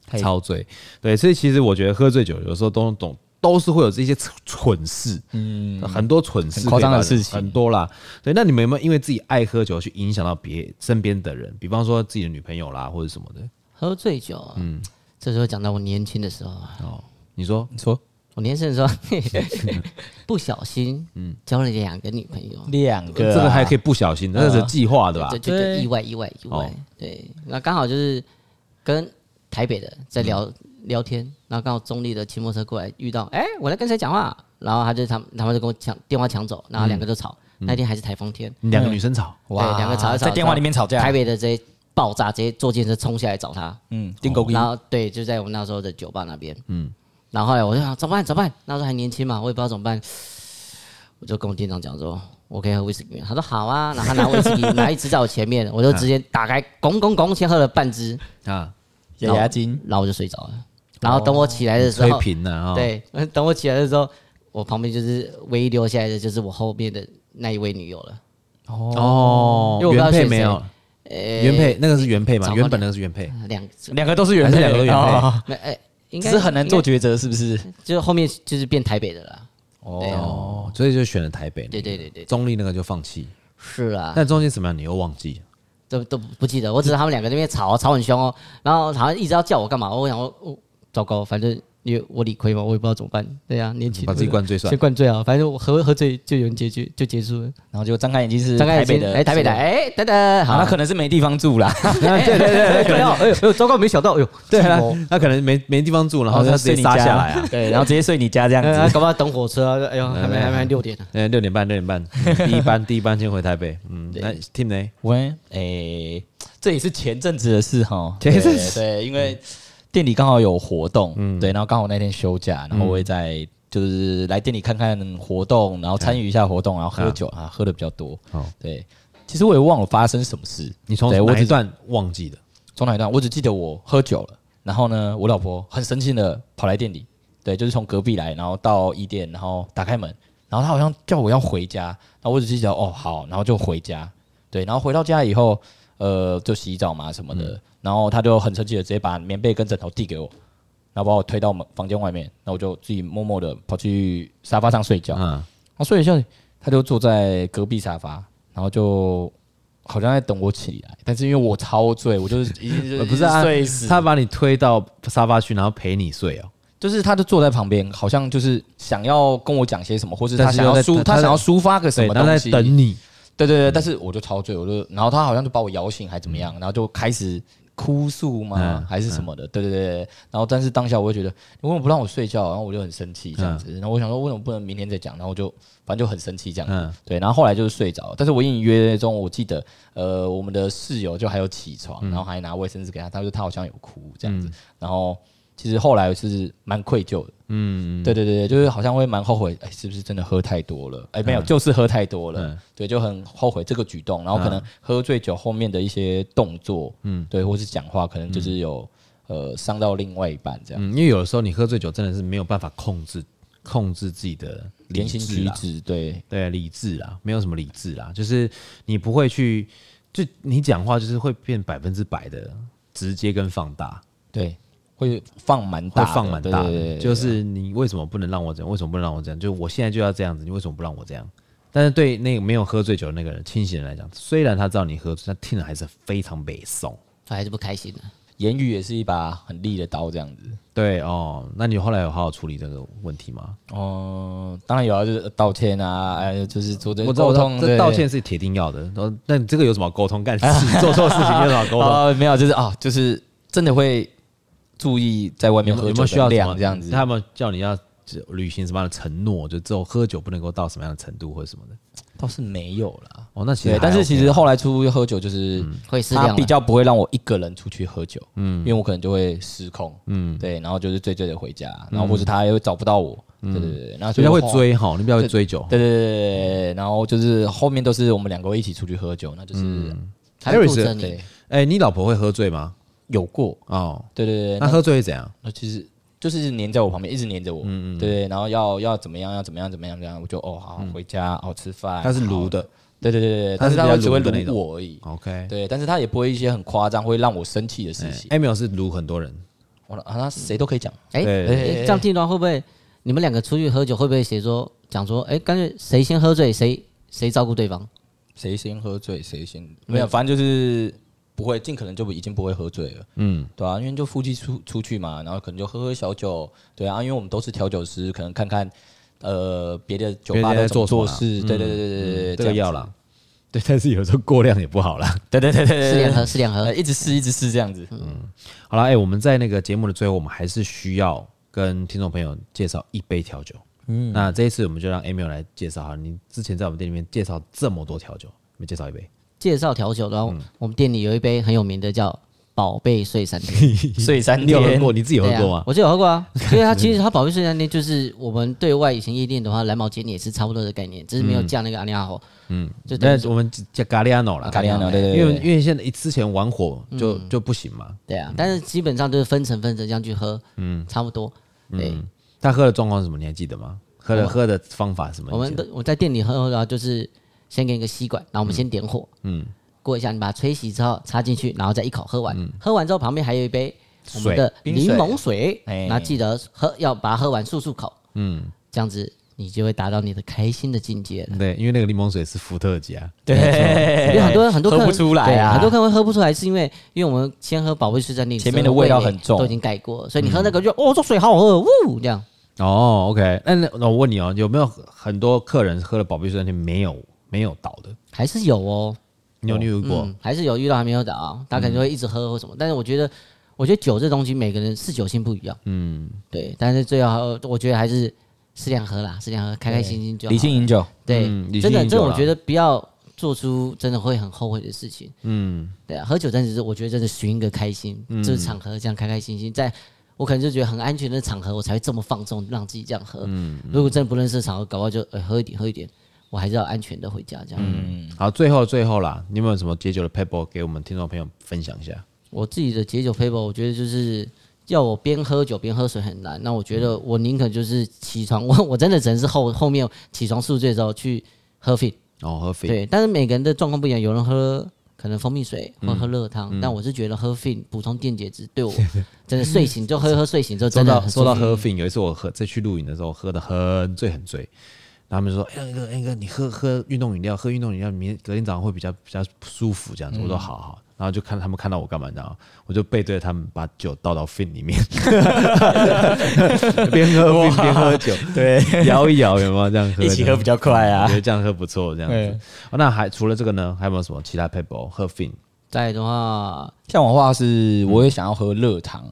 Speaker 4: 太
Speaker 1: 超醉，对，所以其实我觉得喝醉酒有时候都懂，都是会有这些蠢事，嗯，很多蠢事
Speaker 4: 很夸张的
Speaker 1: 可以发生
Speaker 4: 事情
Speaker 1: 很多啦。对，那你们有没有因为自己爱喝酒去影响到别身边的人，比方说自己的女朋友啦，或者什么的？
Speaker 3: 喝醉酒啊，嗯，这时候讲到我年轻的时候啊，
Speaker 1: 哦，你说
Speaker 4: 你说
Speaker 3: 我年轻的
Speaker 2: [LAUGHS]
Speaker 3: 时候不小心，嗯，交了两个女朋友，
Speaker 4: 两个啊，
Speaker 1: 这个还可以不小心，
Speaker 3: 嗯
Speaker 1: 那是计划的吧
Speaker 3: 就？就就
Speaker 4: 对
Speaker 3: 意外意外意外
Speaker 1: 哦，
Speaker 3: 对，那刚好就是跟台北的在
Speaker 4: 嗯
Speaker 3: 聊聊天，然后刚好中立的骑摩托车过来遇到，哎，我在跟谁讲话？然后他就他们他们就跟我抢电话抢走，然后两个就吵。
Speaker 4: 嗯
Speaker 3: 那天还是台风天，
Speaker 1: 两哎个女生吵，
Speaker 3: 对，两个吵一吵，
Speaker 4: 在电话里面吵架，
Speaker 3: 台北的直接爆炸，直接坐电车冲下来找他，
Speaker 4: 嗯，丁
Speaker 1: 哦
Speaker 4: 狗
Speaker 3: 然后对，就在我们那时候的酒吧那边，嗯，然后后来我就想怎么办？怎么办？那时候还年轻嘛，我也不知道怎么办，我就跟我店长讲说，我可以喝威士忌吗，他说好啊，然后他拿威士忌拿一支在我前面，我就直接打开，拱拱拱，先喝了
Speaker 4: [LAUGHS]
Speaker 3: 半支，
Speaker 1: 啊，
Speaker 4: 压压惊，
Speaker 3: 然后我就睡着了，然后等我起来的时
Speaker 1: 吹
Speaker 3: 候，
Speaker 1: 平了啊，哦，
Speaker 3: 对，等我起来的时候，我旁边就是唯一留下来的就是我后面的那一位女友了，
Speaker 1: 哦
Speaker 3: 因为，我不知
Speaker 1: 原
Speaker 3: 道
Speaker 1: 配
Speaker 3: 选
Speaker 1: 没
Speaker 3: 谁哎
Speaker 1: 有，原配那个是原配嘛，原本那个是原配，
Speaker 3: 两
Speaker 4: 两个都是原
Speaker 1: 还
Speaker 4: 配，
Speaker 1: 是两个都原配
Speaker 4: 哦
Speaker 3: 没哎，应
Speaker 4: 只
Speaker 3: 该
Speaker 4: 是很难做
Speaker 3: 应
Speaker 4: 抉择，是不是？
Speaker 3: 该就是后面就是变台北的了，对啊
Speaker 1: 哦，所以就选了台北那个，
Speaker 3: 对对对对对
Speaker 1: 中立那个就放弃，
Speaker 3: 是啊，
Speaker 1: 但中间什么样你又忘记了。
Speaker 3: 都都不不记得，我只是他们两个在那边吵吵很凶哦，然后好像一直要叫我干嘛，我想我、哦、糟糕，反正因为我理亏嘛，我也不知道怎么办。对啊，年轻
Speaker 1: 把自己灌醉算了
Speaker 3: 先灌醉啊，反正我喝喝醉就有人结局就结束了。
Speaker 4: 然后就张开眼睛是
Speaker 3: 张开
Speaker 4: 台
Speaker 3: 眼
Speaker 4: 北
Speaker 3: 睛，
Speaker 4: 的，
Speaker 3: 哎，台北的，哎，等等，
Speaker 4: 好，
Speaker 3: 好，
Speaker 4: 他可能是没地方住啦，
Speaker 1: 对啊对
Speaker 3: [LAUGHS]
Speaker 1: 对
Speaker 3: 哎呦哎呦哎呦，糟糕，没想到，哎呦，
Speaker 1: 对啊 [LAUGHS]
Speaker 4: 寂，
Speaker 1: 他可能没没地方住，
Speaker 4: [LAUGHS]
Speaker 1: 然后他直
Speaker 4: 哦睡
Speaker 1: 接
Speaker 4: 你
Speaker 1: 杀
Speaker 4: 家
Speaker 1: 下来啊。嗯
Speaker 4: 对，然后直接睡你家这样
Speaker 3: 哎哎
Speaker 4: 子，
Speaker 3: 搞不好等火车啊，哎呦，还没
Speaker 1: 哎
Speaker 3: 还没还没六点呢。
Speaker 1: 嗯，六点半，六点
Speaker 4: [LAUGHS]
Speaker 1: 半，嗯第一班，第一班先回台北。嗯，那 team 呢？
Speaker 4: 喂，哎，这也是前阵子的事哈，
Speaker 1: 前阵
Speaker 4: 对
Speaker 1: 子嗯
Speaker 4: 对，因为店里刚好有活动，对，然后刚好那天休
Speaker 1: 嗯
Speaker 4: 假，然后我也在就是来店里看看活动，然后参与一下活动，然后喝酒啊，喝的比较多
Speaker 1: 嗯好，
Speaker 4: 对，其实我也忘了发生什么事，
Speaker 1: 你从
Speaker 4: 对我
Speaker 1: 哪
Speaker 4: 只
Speaker 1: 一段忘记的？
Speaker 4: 中哪一段？我只记得我喝酒了，然后呢，我老婆很生气的跑来店里，对，就是从隔壁来，然后到一店，然后打开门，然后她好像叫我要回家，然后我只记得哦好，然后就回家，对，然后回到家以后，呃，就洗澡嘛什么的，然后她就很生气的直接把棉被跟枕头递给我，然后把我推到门房间外面，那我就自己默默的跑去沙发上睡觉，
Speaker 1: 嗯，
Speaker 4: 然后睡一下，他就坐在隔壁沙发，然后就好像在等我起来，但是因为我超醉，我就是已经就
Speaker 1: 呃 [LAUGHS] 不是啊
Speaker 4: 睡死，，
Speaker 1: 他把你推到沙发去，然后陪你睡哦。
Speaker 4: 就是他就坐在旁边，好像就是想要跟我讲些什么，或是他
Speaker 1: 但是
Speaker 4: 想
Speaker 1: 又
Speaker 4: 要
Speaker 1: 在
Speaker 4: 抒
Speaker 1: 他
Speaker 4: 他
Speaker 1: 在
Speaker 4: 想要抒发个什
Speaker 1: 对，
Speaker 4: 么
Speaker 1: 他
Speaker 4: 东
Speaker 1: 在
Speaker 4: 西，
Speaker 1: 等你。嗯
Speaker 4: 对对对，但是我就超醉，我就然后他好像就把我摇醒还怎么样，然后就开始哭诉嘛、
Speaker 1: 嗯
Speaker 4: 还是什么的，对对对。对然后但是当下我就觉得你为什么不让我睡觉，啊然后我就很生气这
Speaker 1: 嗯
Speaker 4: 样子，然后我想说为什么不能明天再讲，然后我就反正就很生气这样子，
Speaker 1: 嗯
Speaker 4: 对。然后后来就是睡着，但是我隐隐约约中我记得呃我们的室友就还有起床，
Speaker 1: 嗯
Speaker 4: 然后还拿卫生纸给他，他说他好像有哭这样子，然后。其实后来是蛮愧疚的，嗯，对对对，就是好像会蛮后悔，哎，是不是真的喝太多了？哎，没
Speaker 1: 嗯
Speaker 4: 有，就是喝太多了，对，就很后悔这个举动，然后
Speaker 1: 嗯
Speaker 4: 可能喝醉酒后面的一些动作，嗯，对，或是讲话，可能就是有、呃伤到另外一半这样，
Speaker 1: 嗯嗯，因为有时候你喝醉酒真的是没有办法控制控制自己的理
Speaker 4: 言行
Speaker 1: 智
Speaker 4: 举
Speaker 1: 啦
Speaker 4: 止，对，
Speaker 1: 对，理智啦，没有什么理智啦，就是你不会去，就你讲话就是会变百分之百的直接跟放大，
Speaker 4: 对，会放蛮
Speaker 1: 会
Speaker 4: 大的，
Speaker 1: 放蛮大
Speaker 4: 对对对
Speaker 1: 的。
Speaker 4: 对
Speaker 1: 就是你为什么不能让我这样？为什么不能让我这样？就我现在就要这样子，你为什么不让我这样？但是对那个没有喝醉酒的那个人清醒人来讲，虽然他知道你喝醉，但听了还是非常北宋。
Speaker 3: 还是不开心的、
Speaker 4: 言语也是一把很利的刀这样子，
Speaker 1: 对哦，那你后来有好好处理这个问题吗？
Speaker 4: 哦、当然有啊，就是道歉啊，哎，就是做这
Speaker 1: 我知道，我
Speaker 4: 沟
Speaker 1: 知
Speaker 4: 通，
Speaker 1: 道这
Speaker 4: 对
Speaker 1: 道歉是铁定要的。然后，那你这个有什么好沟通？干
Speaker 4: [LAUGHS]
Speaker 1: 事做错事情有什么好沟通？
Speaker 4: 啊，没有，就是啊，就是真的会注意在外面
Speaker 1: 有没
Speaker 4: 喝
Speaker 1: 有没有
Speaker 4: 酒
Speaker 1: 需要
Speaker 4: 的
Speaker 1: 什么
Speaker 4: 量这样子。
Speaker 1: 他们叫你要履行什么样的承诺？就之后喝酒不能够到什么样的程度或者什么的。
Speaker 4: 倒是没有啦。
Speaker 1: 哦，那其实
Speaker 4: 对，
Speaker 1: 还
Speaker 4: 但是
Speaker 1: OK
Speaker 4: 其实后来出去喝酒就是，
Speaker 3: 会适量
Speaker 4: 他
Speaker 3: 啦
Speaker 4: 比较不会让我一个人出去喝酒，嗯，因为我可能就会失控，嗯，对，然后就是醉醉的回家，然后或者他又找不到我，对对对对，然后
Speaker 1: 比
Speaker 4: 所以
Speaker 1: 较会
Speaker 4: 后来，
Speaker 1: 追哈，你比较会追酒。
Speaker 4: 对对对对对对，然后就是后面都是我们两个一起出去喝酒，那就是
Speaker 3: 他会
Speaker 1: Harris-
Speaker 3: 顾着你
Speaker 4: 对，
Speaker 1: 哎，你老婆会喝醉吗？
Speaker 4: 有过，
Speaker 1: 哦，
Speaker 4: 对对对，
Speaker 1: 那喝醉会怎样？
Speaker 4: 那其实就是黏在我旁边，一直黏着
Speaker 1: 嗯
Speaker 4: 我，对，然后要要怎么样，要怎么样，怎么样，怎么样，我就哦好回家，哦吃
Speaker 1: 嗯
Speaker 4: 饭，
Speaker 1: 它是
Speaker 4: 好
Speaker 1: 卤，的
Speaker 4: 对对对对，
Speaker 1: 它
Speaker 4: 但
Speaker 1: 是
Speaker 4: 是
Speaker 1: 比
Speaker 4: 他
Speaker 1: 较
Speaker 4: 会只会
Speaker 1: 卤的那
Speaker 4: 撸
Speaker 1: 种
Speaker 4: 我而已，
Speaker 1: ，OK。哎
Speaker 4: 对，但是他也不会一些很夸张会让我生气的事情，
Speaker 1: Emil 是撸很多人，
Speaker 4: 我啊那谁都可以讲，
Speaker 3: 哎、
Speaker 1: 对
Speaker 3: 哎这样听的话，会不会你们两个出去喝酒，会不会谁说讲说，哎、干脆谁先喝醉，谁谁照顾对方？
Speaker 4: 谁先喝醉谁先没
Speaker 1: 嗯
Speaker 4: 有，反正就是。不会，尽可能就已经不会喝醉了，嗯，对啊，因为就夫妻出出去嘛，然后可能就喝喝小酒，对啊，因为我们都是调酒师，可能看看，呃，别的酒吧
Speaker 1: 别人在
Speaker 4: 都怎
Speaker 1: 做
Speaker 4: 么做
Speaker 1: 什么啦啊嗯
Speaker 4: 事，对对对对对对，
Speaker 1: 这
Speaker 4: 样
Speaker 1: 个
Speaker 4: 子
Speaker 1: 要啦。对，但是有时候过量也不好啦。
Speaker 4: 对对对对对，
Speaker 3: 适量喝，适量喝
Speaker 4: 呃，。一直试一直试这样子。
Speaker 1: 好了，哎、我们在那个节目的最后，我们还是需要跟听众朋友介绍一杯调酒。嗯，那这一次我们就让 Emil 来介绍哈。你之前在我们店里面介绍这么多调酒，你们介绍一杯。
Speaker 3: 介绍调酒，然后我们店里有一杯很有名的叫“宝贝睡三天
Speaker 4: 所以三
Speaker 1: 你有喝
Speaker 4: 天
Speaker 1: 过？你自”，己有喝
Speaker 3: 对啊
Speaker 1: 过吗？
Speaker 3: 我就有喝过啊，因为它其实它“宝贝睡三天”就是我们对外以前夜店的话，蓝毛尖也是差不多的概念，只是没有加那个阿尼亚猴。嗯，
Speaker 4: 啊
Speaker 3: 就等
Speaker 1: 但
Speaker 3: 于
Speaker 1: 是
Speaker 3: 说
Speaker 1: 我们叫咖喱安诺啦，
Speaker 4: 咖喱安诺对对对嗯
Speaker 1: 因为因为现在之前玩火就、就不行嘛。
Speaker 3: 对啊，但是基本上就是分成分成这样去喝，嗯，差不多。对，
Speaker 1: 他喝的状况是什么？你还记得吗？喝的喝的方法是什么？
Speaker 3: 我们
Speaker 1: 你记得
Speaker 3: 的我在店里喝的话，就是先给你个吸管，然后我们先点火，嗯，过一下，你把它吹熄之后插进去，然后再一口喝完。喝完之后旁边还有一杯我们的
Speaker 4: 水
Speaker 3: 柠檬水，
Speaker 4: 冰水
Speaker 3: 那记得喝要把它喝完漱漱口，嗯，这样子你就会达到你的开心的境界了。
Speaker 1: 对，因为那个柠檬水是伏特加，
Speaker 3: 因为
Speaker 4: 对
Speaker 3: 很多人很多客
Speaker 4: 哎喝不
Speaker 3: 人
Speaker 4: 出来
Speaker 3: 对
Speaker 4: 啊，
Speaker 3: 很多客人会喝不出来，是因为因为我们先喝宝贝水战定
Speaker 4: 前面的味道很重
Speaker 3: 都已经盖过了，所以你喝那个就哦，这水好好喝，呜这样。
Speaker 4: 嗯
Speaker 1: 哦，OK，那那那我问你哦，有没有很多客人喝了宝贝酸甜没有没有倒的？
Speaker 3: 还是有哦，
Speaker 1: 你有你有遇过？
Speaker 3: 嗯，还是有遇到还没有倒，他可能就会一直喝或
Speaker 4: 嗯
Speaker 3: 什么。但是我觉得，我觉得酒这东西每个人嗜酒性不一样，嗯，对。但是最好，我觉得还是适量喝啦，适量喝，开开心心就好
Speaker 4: 理性饮酒，
Speaker 3: 对，
Speaker 1: 嗯理性
Speaker 3: 真的，
Speaker 1: 饮
Speaker 3: 这
Speaker 1: 酒啦
Speaker 3: 我觉得不要做出真的会很后悔的事情，嗯，对啊，喝酒真的是我觉得真的寻一个开心，就是场合这样开开心心，在我可能就觉得很安全的场合，我才会这么放纵，让自己这样喝。嗯，如果真的不认识的场合，搞不好就、哎喝一点喝一点，我还是要安全的回家这样。
Speaker 1: 好，最后最后啦，你有没有什么解酒的 paper 给我们听众朋友分享一下？
Speaker 3: 我自己的解酒 paper，我觉得就是要我边喝酒边喝水很难。那我觉得我宁可就是起床，我我真的只能是后后面起床宿醉之后去喝 fit。
Speaker 1: 哦，喝肥
Speaker 3: 对，但是每个人的状况不一样，有人喝可能蜂蜜水或
Speaker 1: 嗯
Speaker 3: 喝热汤，但我是觉得喝 fit 补充电解质
Speaker 1: [LAUGHS]
Speaker 3: 对我真的睡醒就喝一喝睡醒之后
Speaker 1: 说
Speaker 3: 真的
Speaker 1: 到
Speaker 3: 很
Speaker 1: 说到
Speaker 3: 舒服
Speaker 1: 喝 fin，有一次我喝在去露营的时候喝的很醉很醉，然后他们就说：“哎、那个哎、那个，你喝喝运动饮料，喝运动饮料，明天隔天早上会比较比较舒服。”这样子，我说：“好好。”然后就看他们看到我干嘛，然后我就背对着他们把酒倒到 fin 里 [LAUGHS] 面，边喝 fin 边喝酒，
Speaker 4: 对，
Speaker 1: 摇一摇有没有这样喝？
Speaker 4: 一起喝比较快啊
Speaker 1: 觉。得这样喝不错，这样子
Speaker 4: 对。
Speaker 1: 哦那还除了这个呢，还有没有什么其他 paper 喝 fin？
Speaker 3: 再来的话，
Speaker 4: 像我的话是，我也想要喝热汤，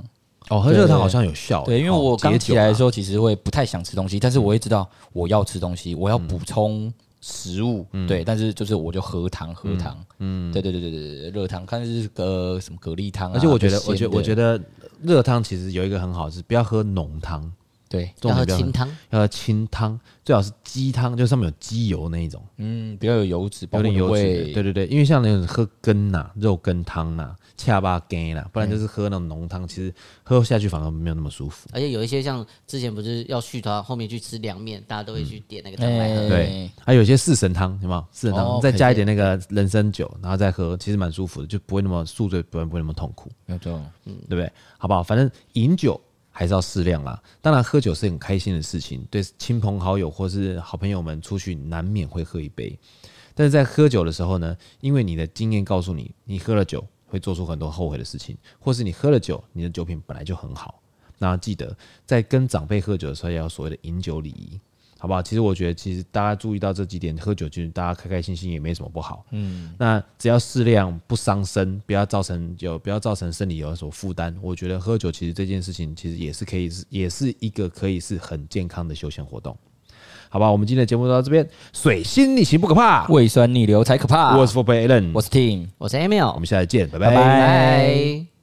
Speaker 1: 哦，喝热汤好像有效欸。
Speaker 4: 对，因为
Speaker 1: 哦
Speaker 4: 我刚起来的
Speaker 1: 解
Speaker 4: 时，
Speaker 1: 酒啊
Speaker 4: 候，其实会不太想吃东西，但是我会知道我要吃东西，我要补充食物，对，但是就是我就喝汤喝汤，嗯，对对对对对对，热汤，看是个什么蛤蜊汤啊，
Speaker 1: 而且我觉得，
Speaker 4: 咸
Speaker 1: 我觉得，
Speaker 4: 的
Speaker 1: 我觉得热汤其实有一个很好是不要喝浓汤，
Speaker 4: 对，
Speaker 1: 重
Speaker 3: 要
Speaker 1: 点
Speaker 3: 喝
Speaker 1: 不要
Speaker 3: 清汤，
Speaker 1: 要喝清汤，最好是鸡汤，就上面有鸡油那一种，
Speaker 4: 嗯，比较有油脂，包
Speaker 1: 有
Speaker 4: 括
Speaker 1: 点油脂的。
Speaker 4: 味，
Speaker 1: 对对对，因为像那种喝羹呐、肉羹汤呐、恰巴羹啦，不然就是喝那种浓汤，其实喝下去反而没有那么舒服。
Speaker 3: 而且有一些像之前不是要续团，后面去吃凉面，大家都会去点那个汤来喝。
Speaker 4: 哎
Speaker 1: 嗯对，还有一些四神汤，有没有？四神汤、
Speaker 4: 哦
Speaker 1: 再
Speaker 4: 可以
Speaker 1: 加一点那个人参酒，然后再喝，其实蛮舒服的，就不会那么宿醉，不会不会那么痛苦。
Speaker 4: 没有错，
Speaker 1: 对不对？好不好？反正饮酒还是要适量啦。当然，喝酒是很开心的事情，对亲朋好友或是好朋友们出去，难免会喝一杯。但是在喝酒的时候呢，因为你的经验告诉你，你喝了酒会做出很多后悔的事情，或是你喝了酒，你的酒品本来就很好。那记得在跟长辈喝酒的时候，也要有所谓的饮酒礼仪，好不好？其实我觉得，其实大家注意到这几点，喝酒就是大家开开心心也没什么不好。嗯，那只要适量，不伤身，不要造成有不要造成身体有所负担。我觉得喝酒其实这件事情，其实也是可以是也是一个可以是很健康的休闲活动，好吧？我们今天的节目就到这边，水星逆行不可怕，
Speaker 4: 胃酸逆流才可怕。
Speaker 1: 我是 For Alan，
Speaker 4: 我是 Team。
Speaker 3: 我是 Emil，
Speaker 1: 我们下次见，拜
Speaker 4: 拜
Speaker 1: 拜
Speaker 4: 拜
Speaker 3: 拜。